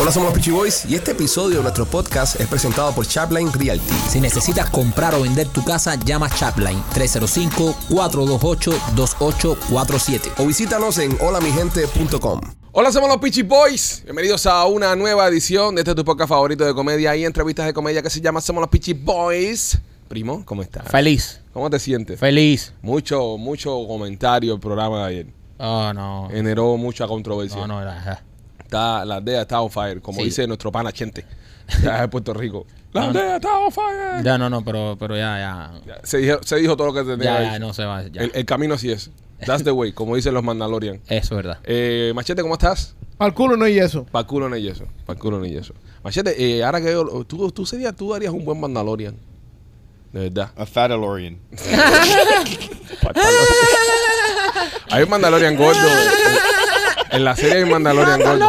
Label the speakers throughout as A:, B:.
A: Hola, somos los Peachy Boys y este episodio de nuestro podcast es presentado por Chapline Realty.
B: Si necesitas comprar o vender tu casa, llama Chapline 305-428-2847.
A: O visítanos en holamigente.com.
C: Hola, somos los Peachy Boys. Bienvenidos a una nueva edición de este tu podcast favorito de comedia y entrevistas de comedia que se llama Somos los Peachy Boys. Primo, ¿cómo estás?
D: Feliz,
C: ¿Cómo te sientes?
D: feliz.
C: Mucho, mucho comentario el programa de ayer.
D: Oh, no.
C: Generó mucha controversia.
D: No, no, era. ajá.
C: Está, la DEA está on fire, como
D: Sí.
C: dice nuestro pana Chente, allá de Puerto Rico. La DEA está on fire.
D: Ya, no, no, pero, pero ya, ya.
C: Ya, Se dijo, se dijo todo lo que tenía
D: Ya,
C: que
D: ya,
C: decir.
D: no se va. Ya.
C: el, el camino así es. That's the way, como dicen los Mandalorian.
D: Eso es verdad.
C: Eh, Machete, ¿cómo estás?
E: Al culo no hay eso.
C: Pa' culo en el yeso. Pa' culo en el yeso. Machete, eh, ahora que veo, tú, tú serías, tú harías un buen Mandalorian. De verdad.
F: A Fatalorian.
C: Hay un Mandalorian gordo. En, en la serie hay un Mandalorian gordo.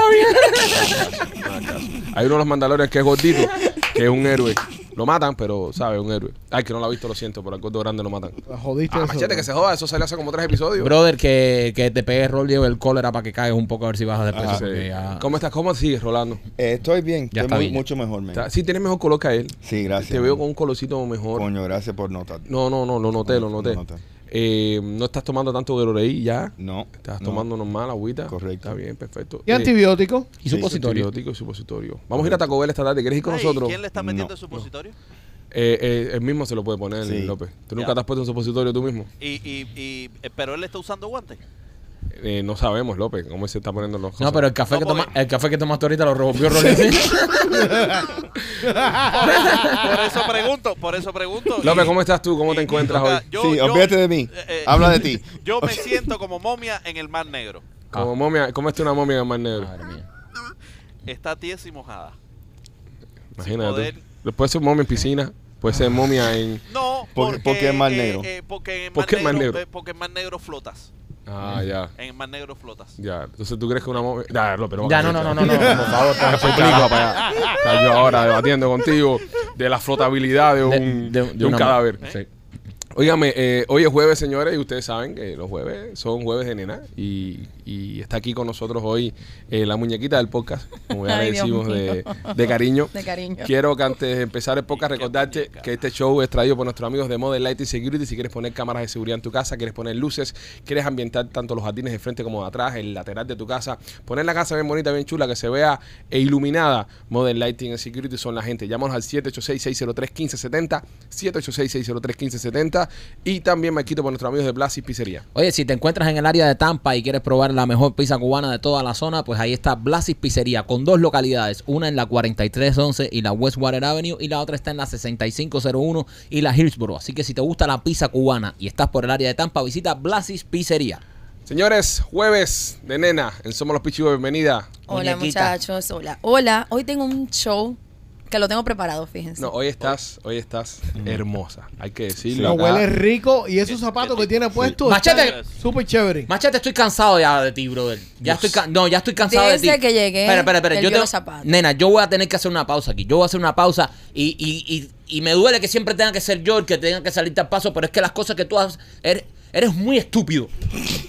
C: Hay uno de los Mandalorian que es gordito, que es un héroe. Lo matan, pero, ¿sabes? Un héroe. Ay, que no lo ha visto, lo siento, pero al gordo grande lo matan.
E: La jodiste
C: Ah,
E: eso,
C: machete,
E: bro.
C: que se joda, eso sale hace como tres episodios.
D: Brother, que, que te pegue el rol Diego, el cólera para que caigas un poco a ver si bajas de peso.
F: Ajá.
D: porque
C: Sí.
D: ya-
C: Ah, ¿Cómo estás? ¿Cómo sigues, Rolando?
F: Eh, estoy bien.
D: Ya
F: estoy
D: está
F: mu-
D: bien.
F: mucho mejor, men.
C: Está- Sí, tienes mejor color que él.
F: Sí, gracias.
C: Te veo
F: men.
C: con un colorcito mejor.
F: Coño, gracias por notar.
C: No, no, no, lo noté, lo
F: Lo
C: noté.
F: noté.
C: Eh, no estás tomando tanto Gatorade ya.
F: No.
C: Estás
F: no.
C: tomando normal agüita.
F: Correcto.
C: Está bien, perfecto.
E: ¿Y antibiótico?
D: Y
F: Sí,
D: supositorio.
C: Antibiótico y supositorio. Vamos a ir a Taco Bell esta tarde. ¿Quieres ir con
G: Ey,
C: nosotros?
G: ¿Quién le está
F: No,
G: metiendo el
F: no.
G: supositorio?
C: Eh, eh, él mismo se lo puede poner,
F: Sí.
C: López. ¿Tú
G: Ya.
C: nunca te has puesto un supositorio tú mismo?
G: Y, y, y, eh, pero él está usando guantes.
C: Eh, no sabemos, López, cómo se está poniendo los
D: No, pero el café,
G: No,
D: que toma,
G: porque-
D: el café que tomaste ahorita lo rompió Rolly. Ah.
G: Por eso pregunto, por eso pregunto.
C: López,
G: Y-
C: ¿cómo estás tú? ¿Cómo te
G: y-
C: encuentras
G: o sea,
C: hoy?
G: yo-
F: sí,
G: yo-
F: olvídate de mí.
G: eh, eh,
F: Habla de ti.
G: Yo me siento como momia en el Mar Negro.
C: Como momia, ¿Cómo está una momia en el Mar Negro?
D: Madre mía.
G: Está tiesa y mojada.
C: Imagínate.
G: sin
C: tú. Puede ser momia en piscina, puede ser momia en...
G: No,
F: ¿Por-
G: porque,
F: por qué en Mar
G: eh,
F: Negro?
G: eh, porque en
C: ¿Por
G: Mar
C: qué en Mar
G: Negro,
C: Negro?
G: eh, porque en Mar Negro flotas.
C: Ah, ya.
G: En el Mar Negro flotas.
C: Ya, entonces tú crees que una momia... Ya, López,
D: Ya, no, no, no, no, no. Por favor,
C: Te explico para allá. O sea, yo ahora debatiendo contigo de la flotabilidad de
D: De-
C: un,
D: de- de
C: de un
D: una-
C: cadáver.
D: sí.
C: Óigame, eh, hoy es jueves, señores, y ustedes saben que los jueves son jueves de nena. Y, y está aquí con nosotros hoy eh, la muñequita del podcast, como ya le
H: Ay, Dios
C: decimos,
H: mío.
C: de, de cariño.
H: De cariño.
C: Quiero que antes de empezar el podcast recordarte que este show es traído por nuestros amigos de Model Light y Security. Si quieres poner cámaras de seguridad en tu casa, quieres poner luces, quieres ambientar tanto los jardines de frente como de atrás, el lateral de tu casa, poner la casa bien bonita, bien chula, que se vea e iluminada. Model Lighting and Security son la gente. Llámanos al 786-603-1570, 786-603-1570 y también me quito por nuestros amigos de Blasi Pizzería.
D: Oye, si te encuentras en el área de Tampa y quieres probar la mejor pizza cubana de toda la zona, pues ahí está Blasis Pizzería con dos localidades, una en la 4311 y la Westwater Avenue y la otra está en la 6501 y la Hillsborough. Así que si te gusta la pizza cubana y estás por el área de Tampa, visita Blasis Pizzería.
C: Señores, jueves de nena en Somos los Pichibos, bienvenida.
H: Hola
D: Muñequita.
H: muchachos, hola. Hola, hoy tengo un show que lo tengo preparado, fíjense.
C: No, hoy estás, hoy estás hermosa, hay que decirlo.
E: No
C: acá.
E: huele rico y esos zapatos que tiene puesto.
D: Eh, Machete.
E: Súper chévere.
D: Machete, estoy cansado ya de ti, brother. Ya estoy ca- no, ya estoy cansado de ti.
H: Desde que llegué,
D: Espera, espera, espera.
H: él
D: Yo
H: vio
D: tengo-
H: los zapatos.
D: nena, yo voy a tener que hacer una pausa aquí. Yo voy a hacer una pausa y, y, y, y me duele que siempre tenga que ser yo el que tenga que salirte al paso, pero es que las cosas que tú haces, eres, eres muy estúpido.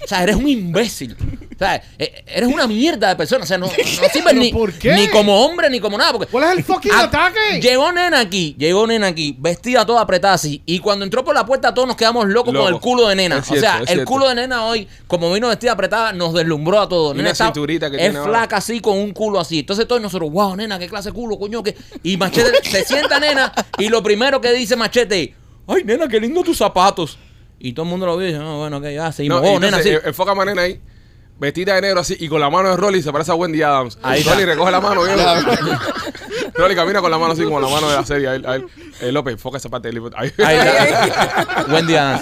D: O sea, eres un imbécil. O sea, e- eres una mierda de persona. O sea, no, no sirves
E: ¿Pero
D: ni,
E: por qué?
D: ni como hombre ni como nada. Porque
E: ¿Cuál es el fucking
D: Ah,
E: ataque?
D: Llegó nena aquí, llegó nena aquí, vestida toda apretada así. Y cuando entró por la puerta, todos nos quedamos locos
C: Locos.
D: con el culo de nena.
C: Es cierto,
D: o sea,
C: es
D: el
C: cierto.
D: culo de nena hoy, como vino vestida apretada, nos deslumbró a todos.
C: Y
D: Nena
C: una
D: está-
C: cinturita que
D: es
C: tiene ahora.
D: flaca así, con un culo así. Entonces todos nosotros, wow, nena, qué clase de culo, coño. Que... Y Machete se sienta nena y lo primero que dice Machete, ay, nena, qué lindo tus zapatos. Y todo el mundo lo vio y dice, "Ah, bueno, que ya, seguimos.
C: No,
D: oh,
C: y entonces,
D: nena, sí.
C: eh, Enfócame a nena ahí. Vestida de negro así y con la mano de Rolly se parece a Wendy Adams.
D: Ahí está.
C: Rolly recoge la mano. ¿vieron? Rolly camina con la mano así como la mano de la serie. A él, a él. Eh, López, enfoca esa parte. del libro. Ahí.
D: Ahí está. Buen día.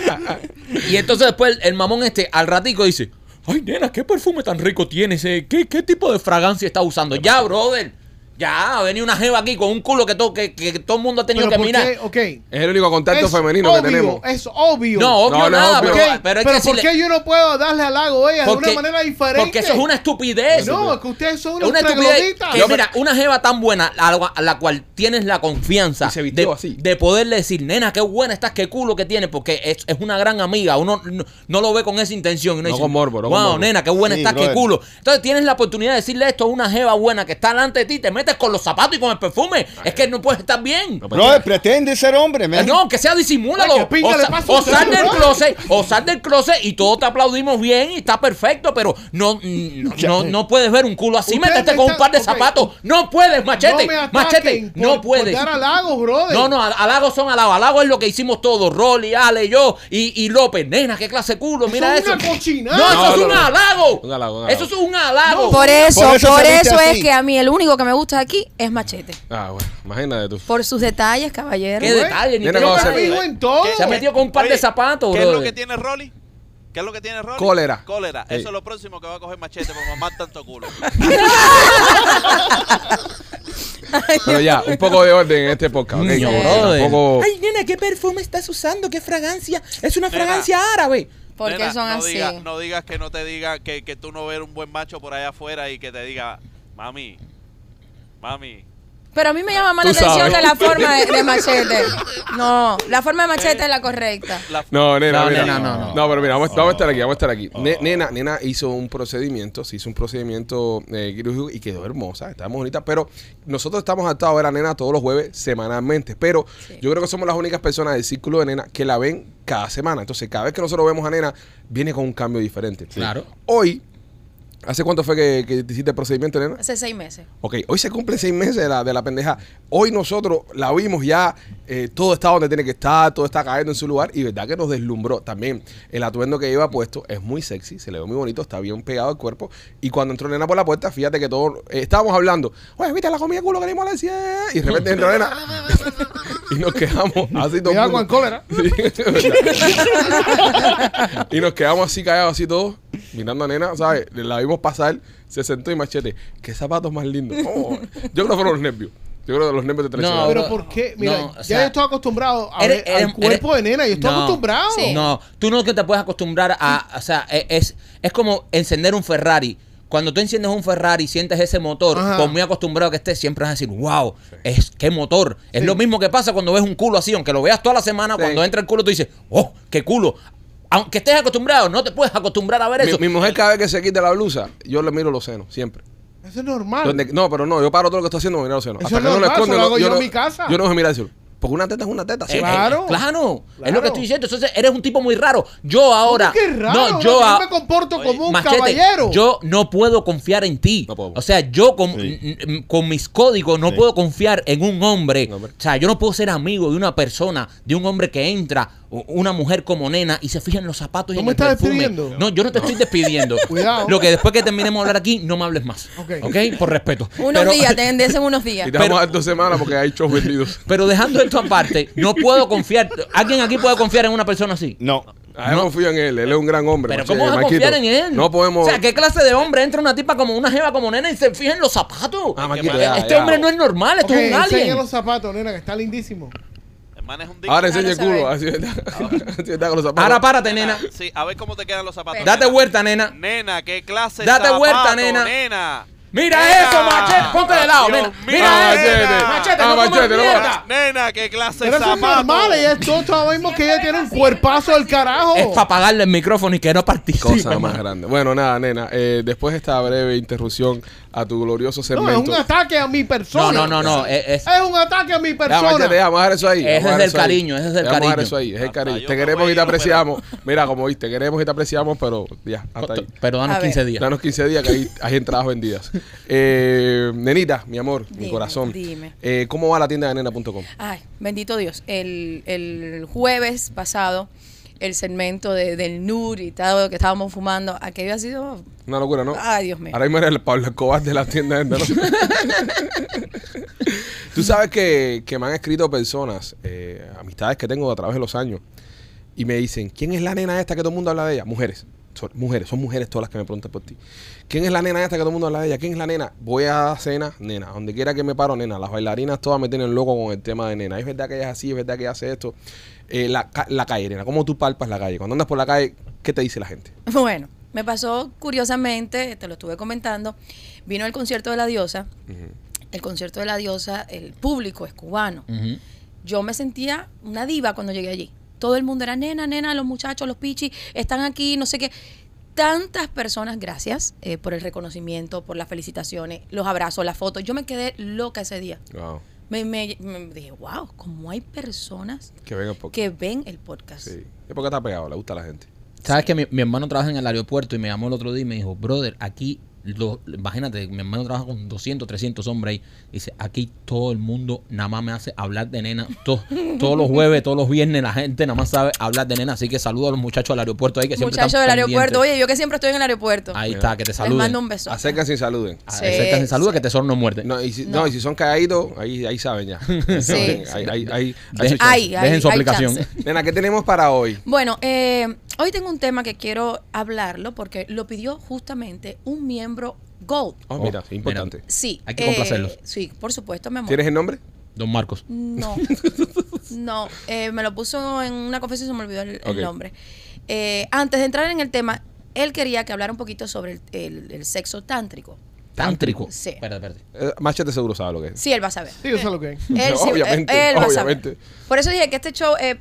D: Y entonces después el, el mamón este al ratico dice, ay nena, qué perfume tan rico tienes, eh. ¿Qué, qué tipo de fragancia estás usando? Ya, brother. Ya, ha venido una jeva aquí con un culo que todo, que, que- que todo el mundo ha tenido
E: Pero
D: que
E: ¿por
D: mirar.
E: qué? Ok.
C: Es el único contacto
E: Es
C: femenino
E: obvio, Eh.
C: que tenemos.
E: Es obvio.
D: No, obvio
C: No, no,
D: nada,
C: obvio.
D: pero,
E: Ok,
D: pero
E: Pero,
D: es que si
E: ¿por
D: le-
E: qué yo no puedo darle halago a ella
D: porque-
E: de una manera diferente?
D: Porque eso es una estupidez.
E: No, es que ustedes son
D: Es
E: unos
D: una estupidez
E: trogloditas.
D: que, mira, una jeva tan buena a la, a la cual tienes la confianza
C: Y se vistió
D: de,
C: así.
D: de poderle decir, nena, qué buena estás, qué culo que tienes, porque es, es una gran amiga. Uno no, no lo ve con esa intención. y uno
C: No
D: dice,
C: con morbo, no con
D: wow,
C: morbo".
D: nena, qué buena
F: Sí,
D: estás, qué
F: brother.
D: culo. Entonces tienes la oportunidad de decirle esto a una jeva buena que está delante de ti, te metes con los zapatos y con el perfume. es que no puedes estar bien.
C: No, pero-
F: Brother, pretende ser hombre,
D: Eh,
F: man.
D: No, que sea
E: Ay,
D: disimúlalo.
E: que pinga
D: O,
E: le
D: sa-
E: pasa
D: o
E: a usted,
D: sal del
E: ¿verdad?
D: closet, o sal del closet y todos te aplaudimos bien y está perfecto, pero no, mm, no, no, no puedes ver un culo así.
E: Ustedes
D: Métete
E: me
D: con un
E: están-
D: par de
E: ok.
D: zapatos. No puedes, machete.
E: no me ataquen
D: machete,
E: por-
D: no
E: por
D: puedes.
E: dar halagos, brother.
D: No, no, al- halagos son halagos. Halagos es lo que hicimos todos. Rolly, Ale, yo y, y López. Nena, qué clase de culo. Mira
E: es
D: eso.
E: una cochinada.
D: No, eso
C: No,
D: es
C: no,
D: un
C: no.
D: halago.
C: Un halago, un
D: Eso es un halago.
H: Por eso, por
F: Por
H: eso,
F: eso se viste
H: es
F: así.
H: que a mí el único que me gusta aquí es Machete.
C: Ah, bueno, imagínate tú.
H: Por sus detalles, caballero.
D: Qué detalle, ni
C: Mira
D: creo
C: cómo
D: que-
E: Me fijo en todo.
D: Se ha metido con un par de zapatos,
G: ¿Qué es lo
D: brother.
G: que tiene Rolly? ¿Qué es lo que tiene Rolly?
C: Cólera.
G: Cólera.
C: Sí.
G: Eso es lo próximo que va a coger machete por mamar tanto culo.
C: Pero ya, un poco de orden en este podcast. ¿ok?
D: Niño,
C: Como que
D: brother.
C: tampoco-
D: Ay, nena, ¿qué perfume estás usando? ¿Qué fragancia? Es una
G: Nena.
D: fragancia árabe.
H: Porque
G: Nena,
H: son
G: no
H: así.
G: digas- no digas que no te diga que, que tú no ves un buen macho por allá afuera y que te diga, mami, mami.
H: Pero a mí me llama más
C: Tú
H: la atención
C: sabes.
H: que la forma de, de Machete. No, la forma de Machete es la correcta.
G: La
C: No, nena,
D: No,
C: mira.
D: nena, no, no. Oh.
C: pero mira, vamos, vamos a estar aquí, vamos a estar aquí. Ne- nena, nena hizo un procedimiento, se hizo un procedimiento eh, quirúrgico y quedó hermosa, está muy bonita, pero nosotros estamos atados a ver a nena todos los jueves semanalmente, pero yo creo que somos las únicas personas del círculo de nena que la ven cada semana. Entonces, cada vez que nosotros vemos a nena, viene con un cambio diferente.
D: Claro.
C: Hoy, ¿hace cuánto fue que, que te hiciste el procedimiento, nena?
H: Hace seis meses.
C: Ok, hoy se cumplen seis meses de la, de la pendeja. Hoy nosotros la vimos ya, eh, todo está donde tiene que estar, todo está cayendo en su lugar y verdad que nos deslumbró. También el atuendo que lleva puesto es muy sexy, se le ve muy bonito, está bien pegado al cuerpo. Y cuando entró Nena por la puerta, fíjate que todos eh, estábamos hablando, oye, viste la comida culo que le dimos a la decía. Y de repente entró Nena y nos quedamos así todo. el
E: Cuidado
C: mundo.
E: con cólera.
C: Sí, es verdad. y nos quedamos así callados, así todos, mirando a nena, ¿sabes? La vimos pasar, se sentó y machete. Qué zapatos más lindos. Oh, yo creo que fueron los nervios. Yo creo que los nervios te traicionaron.
E: Pero
D: No,
E: ¿por qué? Mira,
D: no, o
E: ya
D: sea,
E: yo estoy acostumbrado a
D: Eres-
E: ver al
D: eres-
E: cuerpo
D: eres-
E: de nena. Yo estoy
D: No,
E: acostumbrado.
H: Sí.
D: No, tú no que te puedes acostumbrar a, o sea, e- es, es como encender un Ferrari. Cuando tú enciendes un Ferrari y sientes ese motor,
E: Ajá.
D: por muy acostumbrado que estés, siempre vas a decir, wow, es qué motor. Es lo mismo que pasa cuando ves un culo así, aunque lo veas toda la semana,
C: Sí.
D: cuando entra el culo tú dices, oh, qué culo. Aunque estés acostumbrado, no te puedes acostumbrar a ver
C: mi,
D: eso.
C: mi mujer cada vez que se quita la blusa, yo le miro los senos, siempre.
E: Eso es
D: Ah.
E: normal.
C: Donde- no, pero no, yo paro todo lo que estoy haciendo, me miro los senos.
E: Eso
C: Hasta
E: es
C: que no lo
E: normal,
C: escondo,
E: eso lo hago
C: no-
E: yo en
C: no-
E: mi casa.
C: Yo no dejo mirar eso. Porque una teta es una teta.
D: Eh, eh,
C: siempre.
E: Claro.
D: claro, es lo
E: Claro.
D: que estoy diciendo. Entonces eres un tipo muy raro. Yo ahora,
E: Qué raro.
D: no, yo,
E: no
D: a-
E: me comporto
G: Oye,
E: como un
D: Machete,
E: caballero.
D: Yo no puedo confiar en ti.
C: No puedo.
D: O sea, yo con,
F: Sí.
D: n- n- con mis códigos no puedo confiar en un hombre.
C: No, hombre.
D: O sea, yo no puedo ser amigo de una persona, de un hombre que entra, o una mujer como nena y se fija en los zapatos y
E: ¿No
D: en
E: me
D: el
E: estás
D: perfume.
E: despidiendo?
D: No, yo no te estoy despidiendo.
E: Cuidado.
D: Lo que después que terminemos de hablar aquí, no me hables más. Ok.
E: Ok.
D: Por respeto.
H: Unos
D: Pero-
H: días, te dicen unos días.
C: Y te vamos
D: eh, Pero-
C: a dar dos semanas porque hay shows vendidos.
D: Pero dejando esto aparte, no puedo confiar. ¿Alguien aquí puede confiar en una persona así?
F: No.
C: Ah, yo confío en él, él es un gran hombre.
D: Pero
C: Machete,
D: ¿cómo vas a
C: Marquito.
D: confiar en él?
C: No podemos.
D: O sea, ¿qué clase de hombre entra una tipa como una jeva como nena y se fija en los zapatos?
C: Ah, Marquito,
G: ya,
D: este
C: ya.
D: hombre no es normal,
E: Ok,
D: esto es un
E: enseña
D: alien.
E: los zapatos, nena, que está lindísimo.
G: El man es un dick.
C: Ahora
H: sí.
C: enseña el
H: Ahora se
C: culo.
H: ve.
C: Así está. Así está con los zapatos.
D: Ahora párate, nena.
G: Nena, Sí, a ver cómo te quedan los zapatos.
D: Date
G: nena.
D: vuelta, nena.
G: Nena, qué clase de
D: Date
G: zapato,
D: vuelta, nena.
G: nena.
D: Mira
G: Nena.
D: eso, machete. Ponte de lado,
G: Dios
D: nena.
G: mío,
D: Mira
G: nena.
D: eso. Machete,
C: Ah,
D: no comas
C: machete, no comas.
D: mierda.
G: Nena, qué clase de
E: Pero eso es
G: zapato.
E: normal.
D: eh.
E: Ella es todo, todo mismo que ella tiene un cuerpazo del carajo.
D: Es para apagarle el micrófono y que no participe.
C: Cosa más
D: man.
C: grande. Bueno, nada, nena. eh, después de esta breve interrupción a tu glorioso
E: No, es
C: segmento.
E: un ataque a mi
D: No,
E: persona.
D: no, no, no. Es, es-
E: Es un ataque a mi
C: Ya,
E: persona.
C: Machete, ya, vamos a dejar eso ahí.
D: Es
C: vamos a dejar
D: desde el
C: eso ahí.
D: cariño, es desde el
C: Vamos a dejar
D: cariño.
C: eso ahí, es el
G: Hasta
C: cariño.
G: yo
C: Te
G: me
C: queremos
G: voy,
C: y te
G: pero-
C: apreciamos. Mira, como viste, queremos y te apreciamos, pero ya, hasta ahí.
D: pero danos
H: A ver.
D: 15 días.
C: Danos 15 días que hay, hay entradas vendidas. Eh, nenita, mi amor, mi
H: Dime,
C: corazón.
H: dime.
C: eh, ¿Cómo va la tienda de nena.com?
H: Ay, bendito Dios. El, el jueves pasado, el segmento de- del Nur y todo que estábamos fumando, aquello ha sido.
C: Una locura, ¿no?
H: Ay, Dios mío.
C: Ahora mismo eres el Pablo Escobar de la tienda de Nena. Tú sabes que, que me han escrito personas, eh, amistades que tengo a través de los años, y me dicen, ¿quién es la nena esta que todo el mundo habla de ella? Mujeres. son mujeres, son mujeres todas las que me preguntan por ti. ¿Quién es la nena esta que todo el mundo habla de ella? ¿Quién es la nena? Voy a cena, nena. Donde quiera que me paro, nena. Las bailarinas todas me tienen loco con el tema de nena. Es verdad que ella es así, es verdad que ella hace esto. Eh, la, ca- la calle, nena. ¿Cómo tú palpas la calle? Cuando andas por la calle, ¿qué te dice la gente?
H: Bueno, me pasó curiosamente, te lo estuve comentando, vino el concierto de la diosa. El concierto de la diosa, el público es cubano.
D: Ujú.
H: Yo me sentía una diva cuando llegué allí. Todo el mundo era nena, nena, los muchachos, los pichis, están aquí, no sé qué. Tantas personas, gracias eh, por el reconocimiento, por las felicitaciones, los abrazos, las fotos. Yo me quedé loca ese día.
C: Wow.
H: Me, me- me dije, wow, cómo hay personas
C: Que venga por
H: que ven el podcast.
C: Sí. Es porque está pegado, le gusta a la gente.
D: Sabes que mi, mi hermano trabaja en el aeropuerto y me llamó el otro día y me dijo, brother, aquí, lo- imagínate, mi hermano trabaja con 200, 300 hombres ahí. Dice, aquí todo el mundo nada más me hace hablar de nena. To- todos los jueves, todos los viernes, la gente nada más sabe hablar de nena. Así que saludo a los muchachos del aeropuerto ahí que siempre
H: Muchachos del
D: están
H: aeropuerto,
D: pendientes.
H: oye, yo que siempre estoy en el aeropuerto.
D: Ahí está, que te
H: Les
D: saluden.
H: mando un beso.
C: Acérquense y saluden.
D: Ah,
H: Sí,
D: acércate y saluda
H: sí.
D: que tesoro no muerde.
C: No, y si, no. y si son calladitos, ahí, ahí saben ya.
H: sí.
C: Ahí, ahí, ahí- ahí
D: Dejen-
C: su chance.
H: Ay, ay,
D: dejen su
H: ay,
D: aplicación.
H: chance.
C: Nena, ¿qué tenemos para hoy?
H: Bueno, eh, hoy tengo un tema que quiero hablarlo porque lo pidió justamente un miembro Gold.
C: Oh,
D: Oh,
C: mira,
D: mira.
C: importante.
H: Sí.
D: Hay que
H: eh,
D: complacerlos.
H: Sí, por supuesto, mi amor.
C: ¿Tienes el nombre?
D: Don Marcos.
H: No, no, eh, me lo puso en una confesión y se me olvidó el, el
C: Ok.
H: nombre. Eh, antes de entrar en el tema, él quería que hablara un poquito sobre el, el- el sexo tántrico.
D: Tántrico.
H: Sí.
D: Espérate, espérate.
C: Eh, Machete seguro sabe lo que es.
H: Sí, él va a saber.
E: Sí, yo sé lo que es.
H: Él, sí-
C: Obviamente,
H: eh, él va a saber.
C: obviamente.
H: Por eso dije que este show, eh,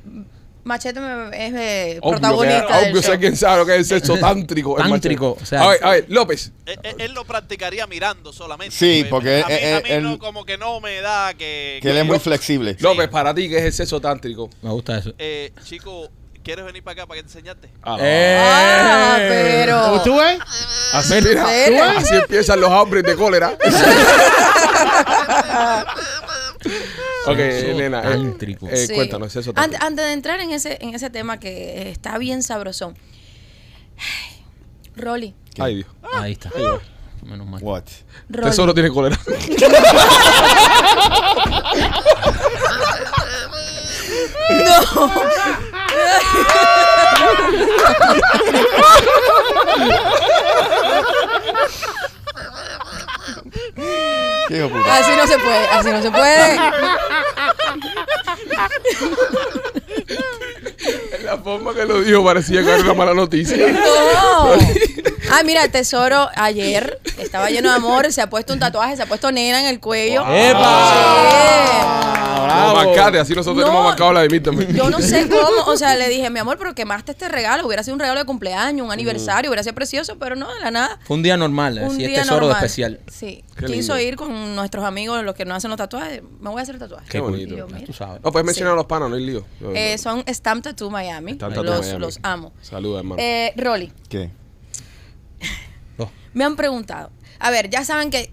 H: Machete me- es eh,
C: Obvio
H: protagonista
C: que-
H: del
C: obvio,
H: show.
C: sé quién sabe lo que es el sexo tántrico. el
D: Tántrico,
C: machete.
D: o sea,
C: a ver, a ver, López.
G: Eh, eh, él lo practicaría mirando solamente. pues.
F: Sí, porque
G: a mí,
F: él-
G: a mí
F: él-
G: no,
F: él-
G: como que no me da que.
F: Que él es muy flexible.
C: López, para ti, ¿qué es el sexo tántrico?
D: Me gusta eso.
G: Eh, chico, ¿quieres venir para acá para que te enseñaste?
C: Ah,
D: Eh,
H: Ah,
E: ¿O
H: pero.
E: ¿Tú ves?
C: así, mira,
H: pero-
C: así empiezan los hambres de cólera. ok,
D: Sexo
C: nena. eh,
D: tántrico.
C: eh,
H: Sí.
C: Cuéntanos, sexo
H: Ante-
C: tántrico.
H: Antes, de entrar en ese, en ese tema que está bien sabrosón. Rolly,
C: Ay, Dios.
H: Ah.
D: Ahí está. Menos mal.
F: What?
H: Rolly.
C: Tesoro tiene cólera.
H: No.
F: ¿Qué hijo de puta?
H: Así no se puede, así no se puede.
C: La forma que lo dijo parecía que era una mala noticia.
H: No. Ah, mira, tesoro, ayer estaba lleno de amor, se ha puesto un tatuaje, se ha puesto nena en el cuello.
D: ¡Epa!
C: No, marcate, así nosotros
H: No.
C: tenemos marcado la de mí
H: Sí.
C: también.
H: Yo no sé cómo, o sea, le dije, mi amor, pero quemaste este regalo, hubiera sido un regalo de cumpleaños, un aniversario, hubiera sido precioso, pero no, de la nada.
D: Fue un día normal,
H: un
C: "Este
D: así este es
H: día
D: tesoro
H: normal.
D: especial.
H: Sí.
C: Qué
H: Quiso
C: lindo.
H: ir con nuestros amigos, los que no hacen los tatuajes. Me voy a hacer tatuajes.
C: Qué bonito.
H: Y yo, mira.
D: Tú sabes.
C: No, puedes mencionar a los panos, no hay lío.
H: Eh, son Stamp Tattoo Miami.
C: Stamp Tattoo
H: los,
C: Miami.
H: los amo.
C: Saluda, hermano.
H: Eh, Rolly,
F: ¿Qué?
H: me han preguntado. A ver, ya saben que.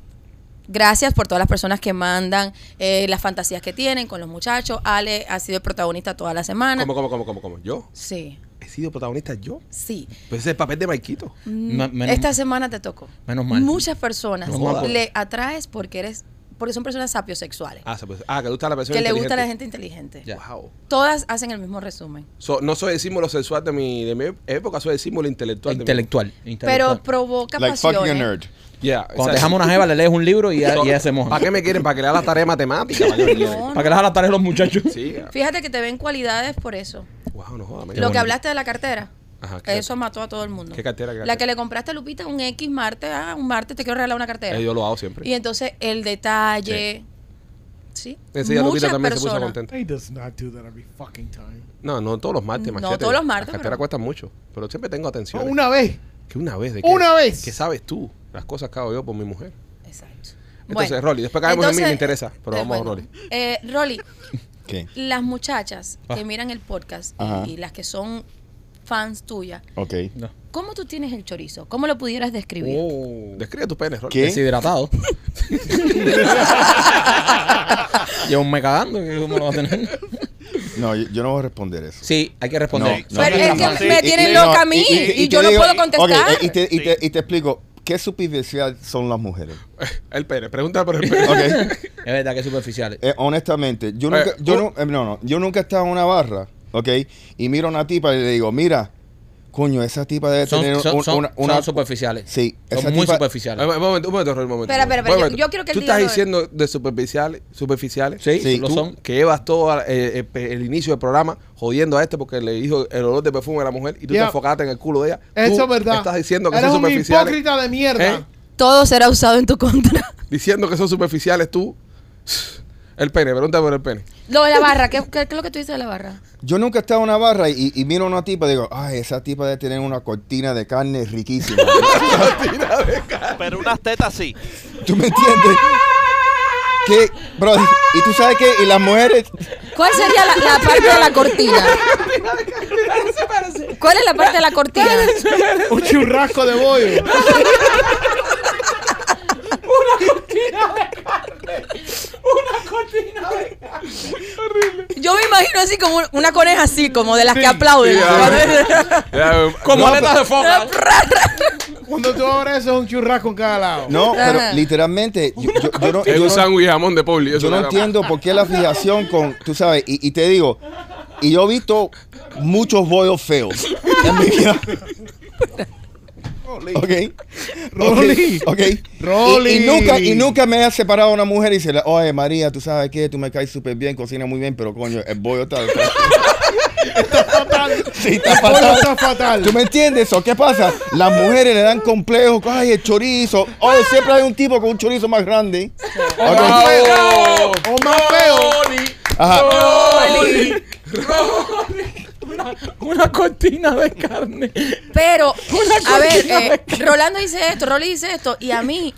H: Gracias por todas las personas que mandan eh, las fantasías que tienen con los muchachos. Ale ha sido el protagonista toda la semana.
C: ¿Cómo, cómo, cómo, cómo, cómo? ¿Yo?
H: Sí,
C: ¿He sido protagonista yo?
H: sí.
C: Pues ese es el papel de Maikito.
H: Mm.
D: No, menos-
H: Esta semana te tocó.
D: Menos mal.
H: Muchas personas
D: No jodas.
H: le atraes porque eres porque son personas sapiosexuales,
C: Ah, se puede- ah, que le gusta la persona
H: que le gusta a la
C: inteligente.
H: gente inteligente.
D: Ya.
C: Wow.
H: Todas hacen el mismo resumen,
C: So, no soy el símbolo sexual de mi, de mi época, soy el símbolo intelectual. de mi-
D: intelectual.
H: pero
D: intelectual.
H: provoca
F: Like fuck
H: pasiones.
F: your nerd.
C: Yeah,
D: Cuando
C: exacto.
D: te dejamos una jeva, le lees un libro y ya, y ya se moja.
C: ¿Para qué me quieren? ¿Para crear la tarea matemática? ¿Para qué me quieren?
H: No,
D: Para que le hagas las tareas a los muchachos.
C: Sí. ah,
H: Fíjate que te ven cualidades por eso.
C: Wow, no jodas.
H: Lo
C: mira.
H: que hablaste de la cartera.
C: Ajá, ¿qué
H: Eso mató a todo el mundo.
C: ¿Qué cartera, qué
H: La
C: cartera?
H: que le compraste a Lupita un X martes, ah, un martes te quiero regalar una cartera.
C: Eh, yo lo hago siempre.
H: Y entonces el detalle. Sí.
C: Ese día Lupita
H: Muchas
C: también se puso
H: personas.
C: contenta.
E: He does not do that every fucking time.
C: No, no todos los martes,
H: No,
C: machete.
H: todos los martes,
C: Las carteras
H: pero-
C: cuestan mucho. Pero siempre tengo atención.
E: una vez.
C: Que una vez. ¿de
E: Una vez.
C: ¿Qué sabes tú? Las cosas que hago yo por mi mujer.
H: Exacto.
C: Entonces, Rolly, después caemos en mí, me interesa, pero vamos a
H: Rolly. Eh, Rolly,
F: ¿Qué?
H: las muchachas
C: Ah.
H: que miran el podcast y-
F: Ajá.
H: y, las que son fans tuyas,
F: Ok.
H: ¿cómo tú tienes el chorizo? ¿Cómo lo pudieras describir?
D: Oh.
C: Describe tu pene, Rolly.
F: ¿Qué?
D: Deshidratado. Yo me cagando. ¿Cómo lo va a tener?
F: No, yo, yo no voy a responder eso.
D: Pues Sí, hay que responder.
F: No, no.
H: Pero es que
G: Sí,
H: me
F: Y- y-
H: tienen
F: y-
H: loca a mí y,
F: te
H: yo no
F: digo-
H: puedo contestar.
F: Ok, y te, y te- y te explico. ¿Qué superficial son las mujeres?
C: El pene. Pregunta por el pene.
F: Ok.
D: Es verdad que es superficial.
F: Eh, honestamente, yo
C: Eh,
F: nunca, yo
C: tú-
F: no, eh, no, no, yo nunca he estado en una barra, ¿ok? Y miro a una tipa y le digo, mira, Coño, esa tipa debe tener
D: Son, son-
F: un-
D: son-
F: una,
D: son
F: una-
D: superficiales.
F: Sí,
D: Son
F: esa
D: muy
F: tipa-
C: Un
D: superficiales.
C: momento, un momento, Rolly, un momento.
H: Espera, espera, espera,
C: Un
H: yo-
C: momento.
H: yo quiero que él
C: Tú
H: diga
C: estás
H: lo de-
C: diciendo de superficiales, superficiales.
D: Sí,
F: Sí,
D: lo
C: tú
D: son.
C: Que llevas todo eh, eh, pe- el inicio del programa jodiendo a este porque le dijo el olor de perfume a la mujer y tú
E: Ya.
C: te enfocaste en el culo de ella.
E: Eso
C: Tú
E: es verdad.
C: Estás diciendo que
E: Eres
C: son
E: un
C: superficiales.
E: hipócrita de mierda.
C: ¿Eh?
H: Todo será usado en tu contra.
C: Diciendo que son superficiales tú. El pene, pregunta por el pene.
H: Lo de la barra, ¿qué, qué- qué es lo que tú dices de la barra?
F: Yo nunca he estado en una barra y, y miro a una tipa y digo, ay, esa tipa debe tener una cortina de carne riquísima.
G: Pero unas tetas sí.
F: ¿Tú me entiendes? Que, bro, y tú sabes que y las mujeres,
H: ¿Cuál sería la, la parte de la cortina? ¿Cuál es la parte de la cortina?
E: Un churrasco de bollo.
D: ¿Eh?
H: Yo me imagino así como un- una coneja así, como de las que
E: Sí,
H: aplauden.
C: sí, ya. Ya, Eh, no,
D: Como aletas de foca.
E: Cuando tú abres eso es un churrasco en cada lado.
F: no, pero
H: Ajá.
F: literalmente, yo, yo- yo no,
C: Es
F: yo
C: un
F: no-
C: sándwich de jamón de Pauli. eso
F: yo no
C: nada más.
F: entiendo por qué la fijación con, tú sabes, y, y te digo, y yo he visto muchos bollos feos en mi vida. Ok.
E: Rolly.
F: Ok. Y-
E: Rolly.
F: Y, nunca, y nunca me ha separado una mujer y dice, oye María, tú sabes que tú me caes súper bien, cocina muy bien, pero coño, el bollo está.
E: Fatal.
F: Sí, está
E: El bollo
F: fatal.
E: está fatal.
F: ¿Tú me entiendes? ¿O qué pasa? Las mujeres le dan complejos. Ay, el chorizo. Oye, siempre hay un tipo con un chorizo más grande.
E: O más feo. O más feo.
F: Ajá.
D: Una cortina de carne.
H: Pero, a ver,
D: cortina
H: eh, Rolando dice esto, Rolly dice esto, y a mí,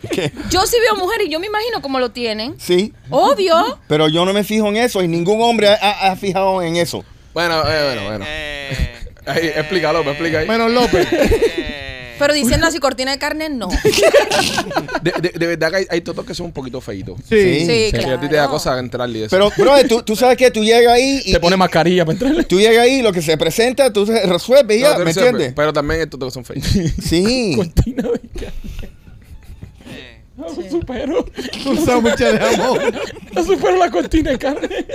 H: yo sí veo mujeres y yo me imagino cómo lo tienen.
F: Sí.
H: Obvio.
F: Pero yo no me fijo en eso y ningún hombre ha- ha, ha fijado en eso.
C: Bueno, eh, bueno, bueno.
G: Eh,
C: Ahí,
G: eh,
C: explícalo, me explica ahí.
E: Menos López.
G: eh,
H: Pero diciendo así, cortina de carne, no.
C: De, de- de verdad que hay, hay totos que son un poquito feitos.
E: Sí.
H: Sí,
C: Que a ti te da
H: claro.
C: cosa entrarle y eso.
F: Pero, brother, tú, tú sabes que tú llegas ahí y,
D: Te pone mascarilla para entrarle.
F: tú llegas ahí, lo que se presenta, tú se resuelves y
C: No,
F: ya,
C: tú
F: ¿me
C: eres siempre,
F: entiendes?
C: Pero también hay totos que son feitos.
F: Sí.
D: Cortina de carne.
G: eh.
D: Lo supero.
E: Un sándwich de jamón.
D: Lo supero la cortina de carne.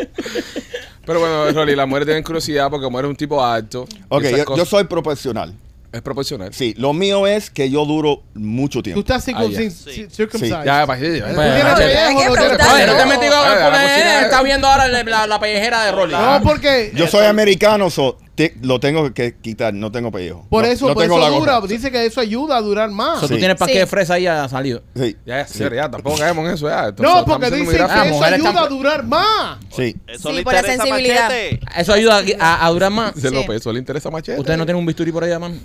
C: Pero bueno, Rolly, las mujeres tienen curiosidad porque como eres un tipo alto.
F: Ok,
C: esas
F: yo, yo
C: cosas-
F: soy profesional.
C: Es proporcional.
F: Sí, lo mío es que yo duro mucho
E: Tú
F: tiempo.
E: estás
D: Ah,
E: circuncin-
G: Sí.
E: ci- circumcised.
C: Ya, para allí.
E: ¿Tú
C: ya.
D: Hay que
E: tienes pellejo o no tienes
H: preguntar,
D: Oye, no te
E: pellejo?
D: metí con
C: Ah, la
D: con-
C: cocina.
D: eh, Está viendo ahora la, la, la pellejera de Rolly.
E: No, porque
F: Yo soy americano, so te- lo tengo que quitar, no tengo pellejo.
E: por
F: No-
E: eso,
F: no
E: por
F: tengo
E: eso
F: la gorra.
E: dura. Dice que eso ayuda a durar más.
C: Ah,
D: So, Tú
F: Sí.
D: tienes paquete
H: Sí.
D: de fresa ahí ya salido.
F: Sí,
C: Ya, señor, ya, tampoco caemos en eso. Ya.
E: No, porque
C: dice
E: dice que
D: gráfico. Ah,
E: eso
D: mujeres
E: ayuda a
D: tan-
E: durar más.
F: sí.
G: Eso
H: Sí,
G: le
H: por la
G: interesa
H: sensibilidad.
G: Machete.
D: Eso ayuda a, a- a durar más.
C: Dice
H: Sí.
C: López, eso le interesa a Machete.
D: Ustedes no tienen un bisturí por ahí, mano.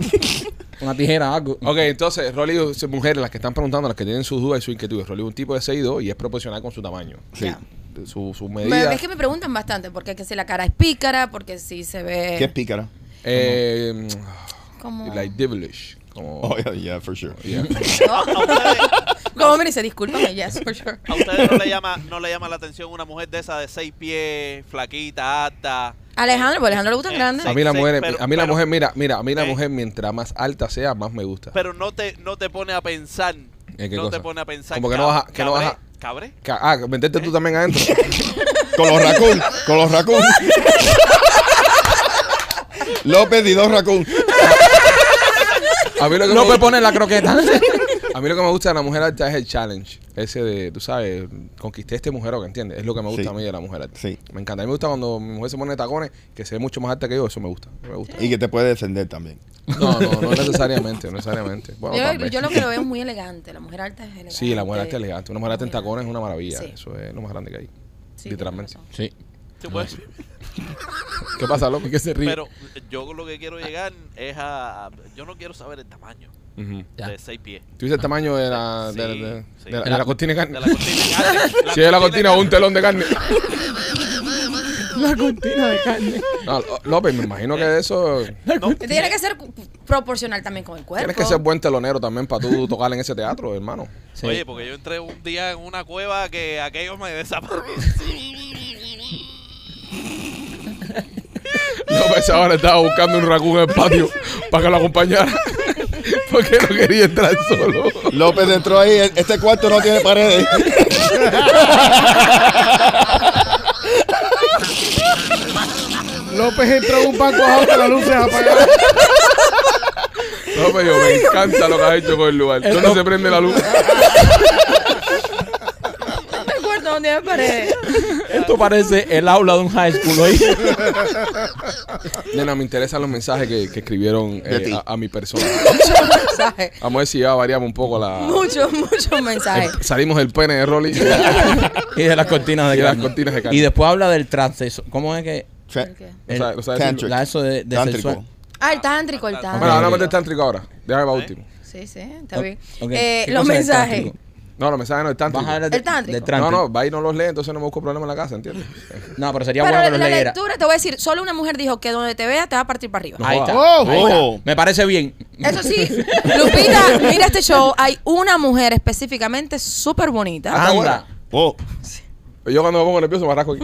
D: Una tijera, algo.
C: Ok, entonces, Rolly, se- mujeres, las que están preguntando, las que tienen sus dudas y sus inquietudes. Rolly es un tipo de 6'2 y es proporcional con su tamaño.
F: Sí.
H: Ya.
C: Su, su
H: Me-
C: medida.
H: es que me preguntan bastante, porque que si la cara es pícara, porque si se ve
F: Qué pícara.
C: Eh,
H: como...
C: like devilish. Como,
F: Oh, yeah, yeah, for sure.
C: yeah.
G: A ustedes,
H: Como hombre dice, discúlpame, yes, for sure.
G: a ustedes no, le llama, no le llama la atención una mujer de esa de seis pies, flaquita, alta.
H: Alejandro, pues Alejandro le gustan
G: Eh,
H: grandes.
C: A mí la
G: Sí,
C: mujer,
G: pero-
C: a mí la
G: pero-
C: mujer, mira, mira, a mí la
G: ¿Eh?
C: mujer mientras más alta sea, más me gusta.
G: Pero no te, no te pone a pensar.
C: ¿En qué
G: no
C: cosa?
G: te pone a pensar.
C: Como que no vas a- que no vas a-
G: ¿Cabre?
C: Ca- Ah, meterte tú también adentro.
F: Con los raccoons, con los raccoons. López y dos raccoons.
C: A mí lo que,
D: No
C: me,
D: me ponen la croqueta.
C: a mí lo que me gusta de la mujer alta es el challenge. Ese de, tú sabes, conquisté a este mujer, que entiendes? Es lo que me gusta
F: Sí.
C: a mí de la mujer alta.
F: Sí.
C: Me encanta. A mí me gusta cuando mi mujer se pone tacones, que se ve mucho más alta que yo. Eso me gusta. Me gusta.
F: Y que te puede defender también.
C: No, no, no necesariamente, no necesariamente. Bueno, tal
H: Yo,
C: vez.
H: yo lo que lo veo es muy elegante. La mujer alta es elegante.
C: Sí, la mujer alta es elegante. Una mujer alta en tacones es una maravilla.
H: Sí.
C: Eso es lo más grande que hay.
H: Sí,
C: literalmente.
H: tienes razón.
D: Sí.
G: Tú puedes-
C: ¿Qué pasa, López? Que se ríe.
G: Pero yo lo que quiero llegar es a. Yo no quiero saber el tamaño
C: Ujú.
D: Ya.
G: de seis pies.
C: ¿Tú dices el tamaño de la, de,
G: Sí,
C: de-
G: sí.
C: de la, de la cortina de carne?
G: De la cortina de carne.
C: si es la cortina o
G: de
C: un
G: carne.
C: telón de carne.
D: La cortina de carne.
C: No, Ló- López, me imagino que de eso
H: Tiene que ser proporcional también con el cuerpo.
C: tienes que ser buen telonero también para tú tocar en ese teatro, hermano.
D: Sí.
G: Oye, porque yo entré un día en una cueva que aquello me desapareció.
C: López ahora estaba buscando un racún en el patio para que lo acompañara. Porque no quería entrar solo.
F: López entró ahí. e- Este cuarto no tiene paredes.
E: López entró en un banco abajo con las luces apagadas.
C: López, yo me encanta lo que has hecho con el lugar. Tú no se prende la luz.
H: No me acuerdo dónde me paré.
D: Esto parece el aula de un high school hoy.
C: Nena, me interesan los mensajes que, que escribieron
F: De
C: eh,
F: ti.
C: a, a mi persona.
H: Muchos mensajes.
C: Vamos a ver si ya variamos un poco la.
H: Muchos, muchos mensajes.
C: el- salimos del pene de Rolly.
D: y de las cortinas de
C: Y de las
D: carne.
C: cortinas de carne.
D: Y después habla del trans. ¿Cómo es que?
F: Tra-
C: No sabe- no sabe
F: Tantric.
D: la- eso de, de
F: Tántrico.
D: sexual.
H: Ah, el tántrico, el
C: Bueno,
H: tántrico.
C: ahora vamos del tántrico ahora. Déjame para último.
H: Sí, sí, está
D: O-
H: bien.
D: ok.
H: Eh,
D: ¿Qué
H: los
D: cosa es el
H: mensajes.
D: tántrico?
C: No, los mensajes no, el
D: Vas
C: tántrico.
D: a hablar de-
H: El tántrico.
D: del
C: No,
D: tántrico.
C: no, va y no los lee, entonces no me busco problema en la casa, ¿entiendes?
D: No, pero sería bueno
H: Pero
D: que
H: la,
D: los
H: la
D: leyera.
H: lectura, te voy a decir, solo una mujer dijo que donde te vea te va a partir para arriba.
D: Ahí está.
E: Oh,
D: ahí está.
F: oh.
D: Me parece bien.
H: Eso sí, Lupita, mira este show. Hay una mujer específicamente súper bonita.
C: Ah,
D: Anda.
F: Oh,
C: Eh, Yo cuando me pongo nervioso me arrasco aquí.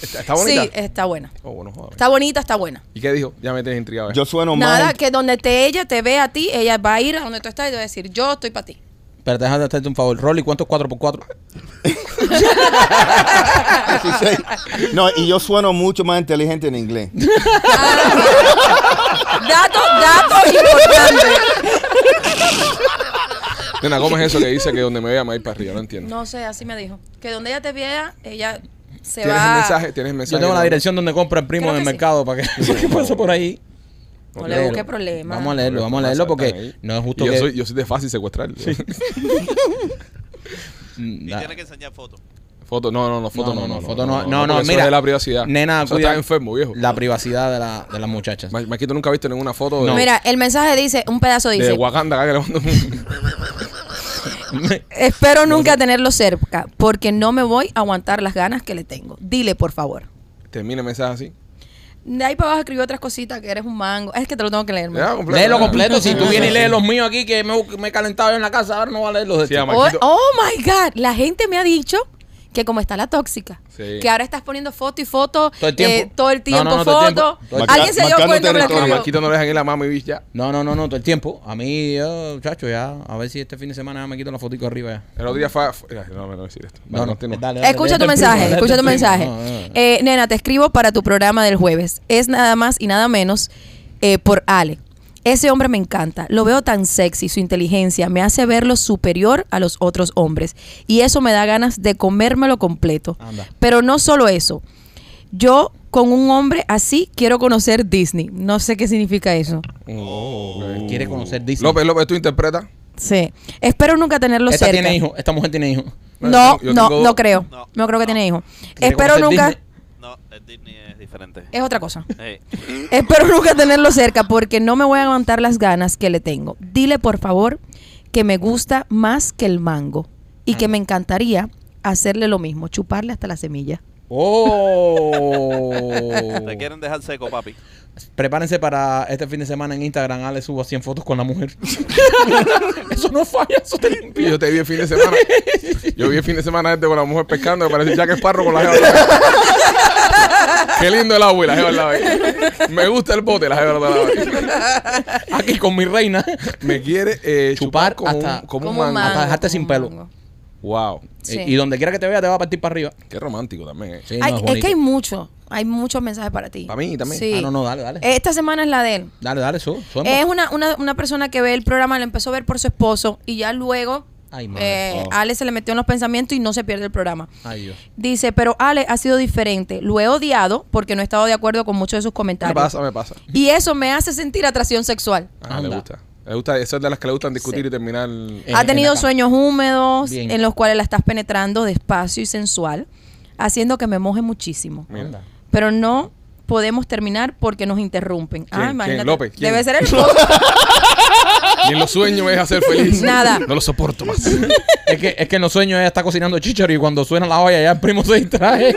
C: ¿Está, está bonita?
H: Sí, está buena.
C: Oh, bueno, joder.
H: Está bonita, está buena.
C: ¿Y qué dijo? Ya me tienes intrigado. eh.
F: yo sueno
H: Nada,
F: más.
H: que donde te ella te vea a ti, ella va a ir a donde tú estás y te va a decir, yo estoy para ti.
D: Pero déjame hacerte un favor. Rolly, ¿cuánto es 4x4?
F: 16. No, y yo sueno mucho más inteligente en inglés.
H: Datos, datos importantes.
C: Nena, ¿cómo es eso que dice que donde me vea me va a ir para arriba? No entiendo.
H: No sé, así me dijo. Que donde ella te vea, ella se
C: ¿Tienes
H: va.
C: el mensaje? ¿Tienes el
D: Yo
C: mensaje?
D: tengo la
C: ¿no?
D: dirección donde compra el primo
H: Creo
D: en el
H: que sí.
D: mercado para que, para que pase por ahí.
H: No
C: Léelo.
H: le busque problema.
D: Vamos a leerlo, vamos a leerlo porque no es justo
C: Y yo,
D: que...
C: soy, yo soy de fácil secuestrar.
D: Mm,
G: Y
D: da-
G: tiene que enseñar fotos.
C: foto, no, no, no, foto no, no.
D: foto no, no, no,
C: porque eso
D: mira.
C: es de la privacidad.
D: Nena,
C: Eso
D: cuida
C: está enfermo, viejo.
D: La privacidad de, la, de las muchachas.
C: Ma- Maquito nunca ha visto ninguna foto de,
H: Mira, el mensaje dice, un pedazo
C: de
H: dice,
C: Wakanda acá que le mando un-
H: espero nunca tenerlo cerca, porque no me voy a aguantar las ganas que le tengo. Dile, por favor.
C: Termina el mensaje así.
H: De ahí para abajo escribió otras cositas, que eres un mango. Es que te lo tengo que leer. man.
C: Ya, completo,
D: Léelo
C: nena.
D: completo. Si tú vienes y lees los míos aquí, que me, me he calentado yo en la casa, ahora no va a leer los de
C: Sí,
D: ti.
C: ama.
H: Oh,
C: Maquito.
H: oh my God, la gente me ha dicho que como está la tóxica,
C: Sí.
H: que ahora estás poniendo foto y foto eh,
D: Todo el tiempo.
H: todo el tiempo
D: No, no, no, todo el
H: foto.
D: tiempo.
F: Todo el
H: Alguien se
F: tiempo.
H: dio
F: Marcando
H: cuenta que la
C: A
F: territorio.
H: escribió.
C: Maquito no le dejan ir la mami, bitch, ya.
D: No, no, no, no, todo el tiempo. A mí, yo, chacho, ya. A ver si este fin de semana me quito la fotico arriba ya.
C: El otro día fue. fue- ay, No, no, no decir esto.
D: No, no,
C: continúa.
D: dale, dale,
H: Escucha
D: léete
H: tu
D: el primo,
H: mensaje,
D: léete
H: escucha
D: el
H: tu
D: primo. Ah,
H: mensaje.
D: No, no.
H: Eh, nena, te escribo para tu programa del jueves. Es nada más y nada menos eh, por Ale. Ese hombre me encanta, lo veo tan sexy, su inteligencia me hace verlo superior a los otros hombres y eso me da ganas de comérmelo completo.
D: Anda.
H: Pero no solo eso, yo con un hombre así quiero conocer Disney. No sé qué significa eso.
C: Oh, ok.
D: Quiere conocer Disney.
C: López, López, tú interpretas.
H: Sí, espero nunca tenerlo
D: Esta
H: cerca.
D: tiene hijo, esta mujer tiene hijo.
C: Yo tengo-
H: No,
C: yo
H: no,
C: tengo-
H: no creo.
G: No.
H: No, creo que tiene hijo.
D: Quiere
H: Espero
D: conocer
H: nunca.
D: Disney.
G: No, el Disney es diferente.
H: Es otra cosa.
G: Eh,
H: Espero nunca tenerlo cerca porque no me voy a aguantar las ganas que le tengo. Dile por favor que me gusta más que el mango y que me encantaría hacerle lo mismo, chuparle hasta la semilla.
D: Oh.
G: Te quieren dejar seco, papi.
D: Prepárense para este fin de semana en Instagram. Ale subo 100 fotos con la mujer. eso no falla, eso te
C: Y
D: limpia.
C: yo te vi el fin de semana. Yo vi el fin de semana este con la mujer pescando. Me parece Jack Sparrow con la jeva. al lado. Qué lindo el agua y la jeva al lado ahí. Me gusta el bote, la jeva al lado ahí.
D: Aquí con mi reina.
C: Me quiere eh, chupar,
D: Chupar
C: como,
D: hasta-
C: un, como,
H: Como
C: un mango.
D: hasta dejarte
H: como
D: sin
H: un
D: pelo.
H: mango.
C: Wow.
H: Sí.
D: Y, y donde quiera que te vea, te va a partir para arriba.
C: Qué romántico también. eh.
D: Sí,
H: Ay,
D: no,
H: es,
D: bonito.
H: que hay mucho, hay muchos mensajes para ti.
C: Para mí también.
H: Sí.
D: Ah, no, no, dale, dale.
H: Esta semana es la de él.
D: Dale, dale, su. su-
H: Es una, una, una persona que ve el programa, lo empezó a ver por su esposo y ya luego
D: Ay, madre.
H: eh,
D: Oh.
H: Ale se le metió en los pensamientos y no se pierde el programa.
D: Ay, Dios.
H: Dice, pero Ale ha sido diferente. Lo he odiado porque no he estado de acuerdo con muchos de sus
C: Me
H: comentarios.
C: pasa, me pasa.
H: Y eso me hace sentir atracción sexual.
C: Ah,
D: Anda.
C: le gusta. Le gusta. Esa es de las que le gustan discutir
H: Sí.
C: y terminar.
D: Eh,
H: ha
D: en la
H: tenido
D: cama.
H: sueños húmedos
D: Bien.
H: en los cuales la estás penetrando despacio y sensual, haciendo que me moje muchísimo.
C: Mira.
H: Pero no podemos terminar porque nos interrumpen. Ah,
C: ¿Quién? ¿Quién? López, ¿quién?
H: Debe ser el esposo.
C: Y en los sueños me deja ser feliz.
H: Nada.
C: No lo soporto más.
D: Es que, es que en los sueños ella está cocinando chicharo y cuando suena la olla ya el primo se distrae.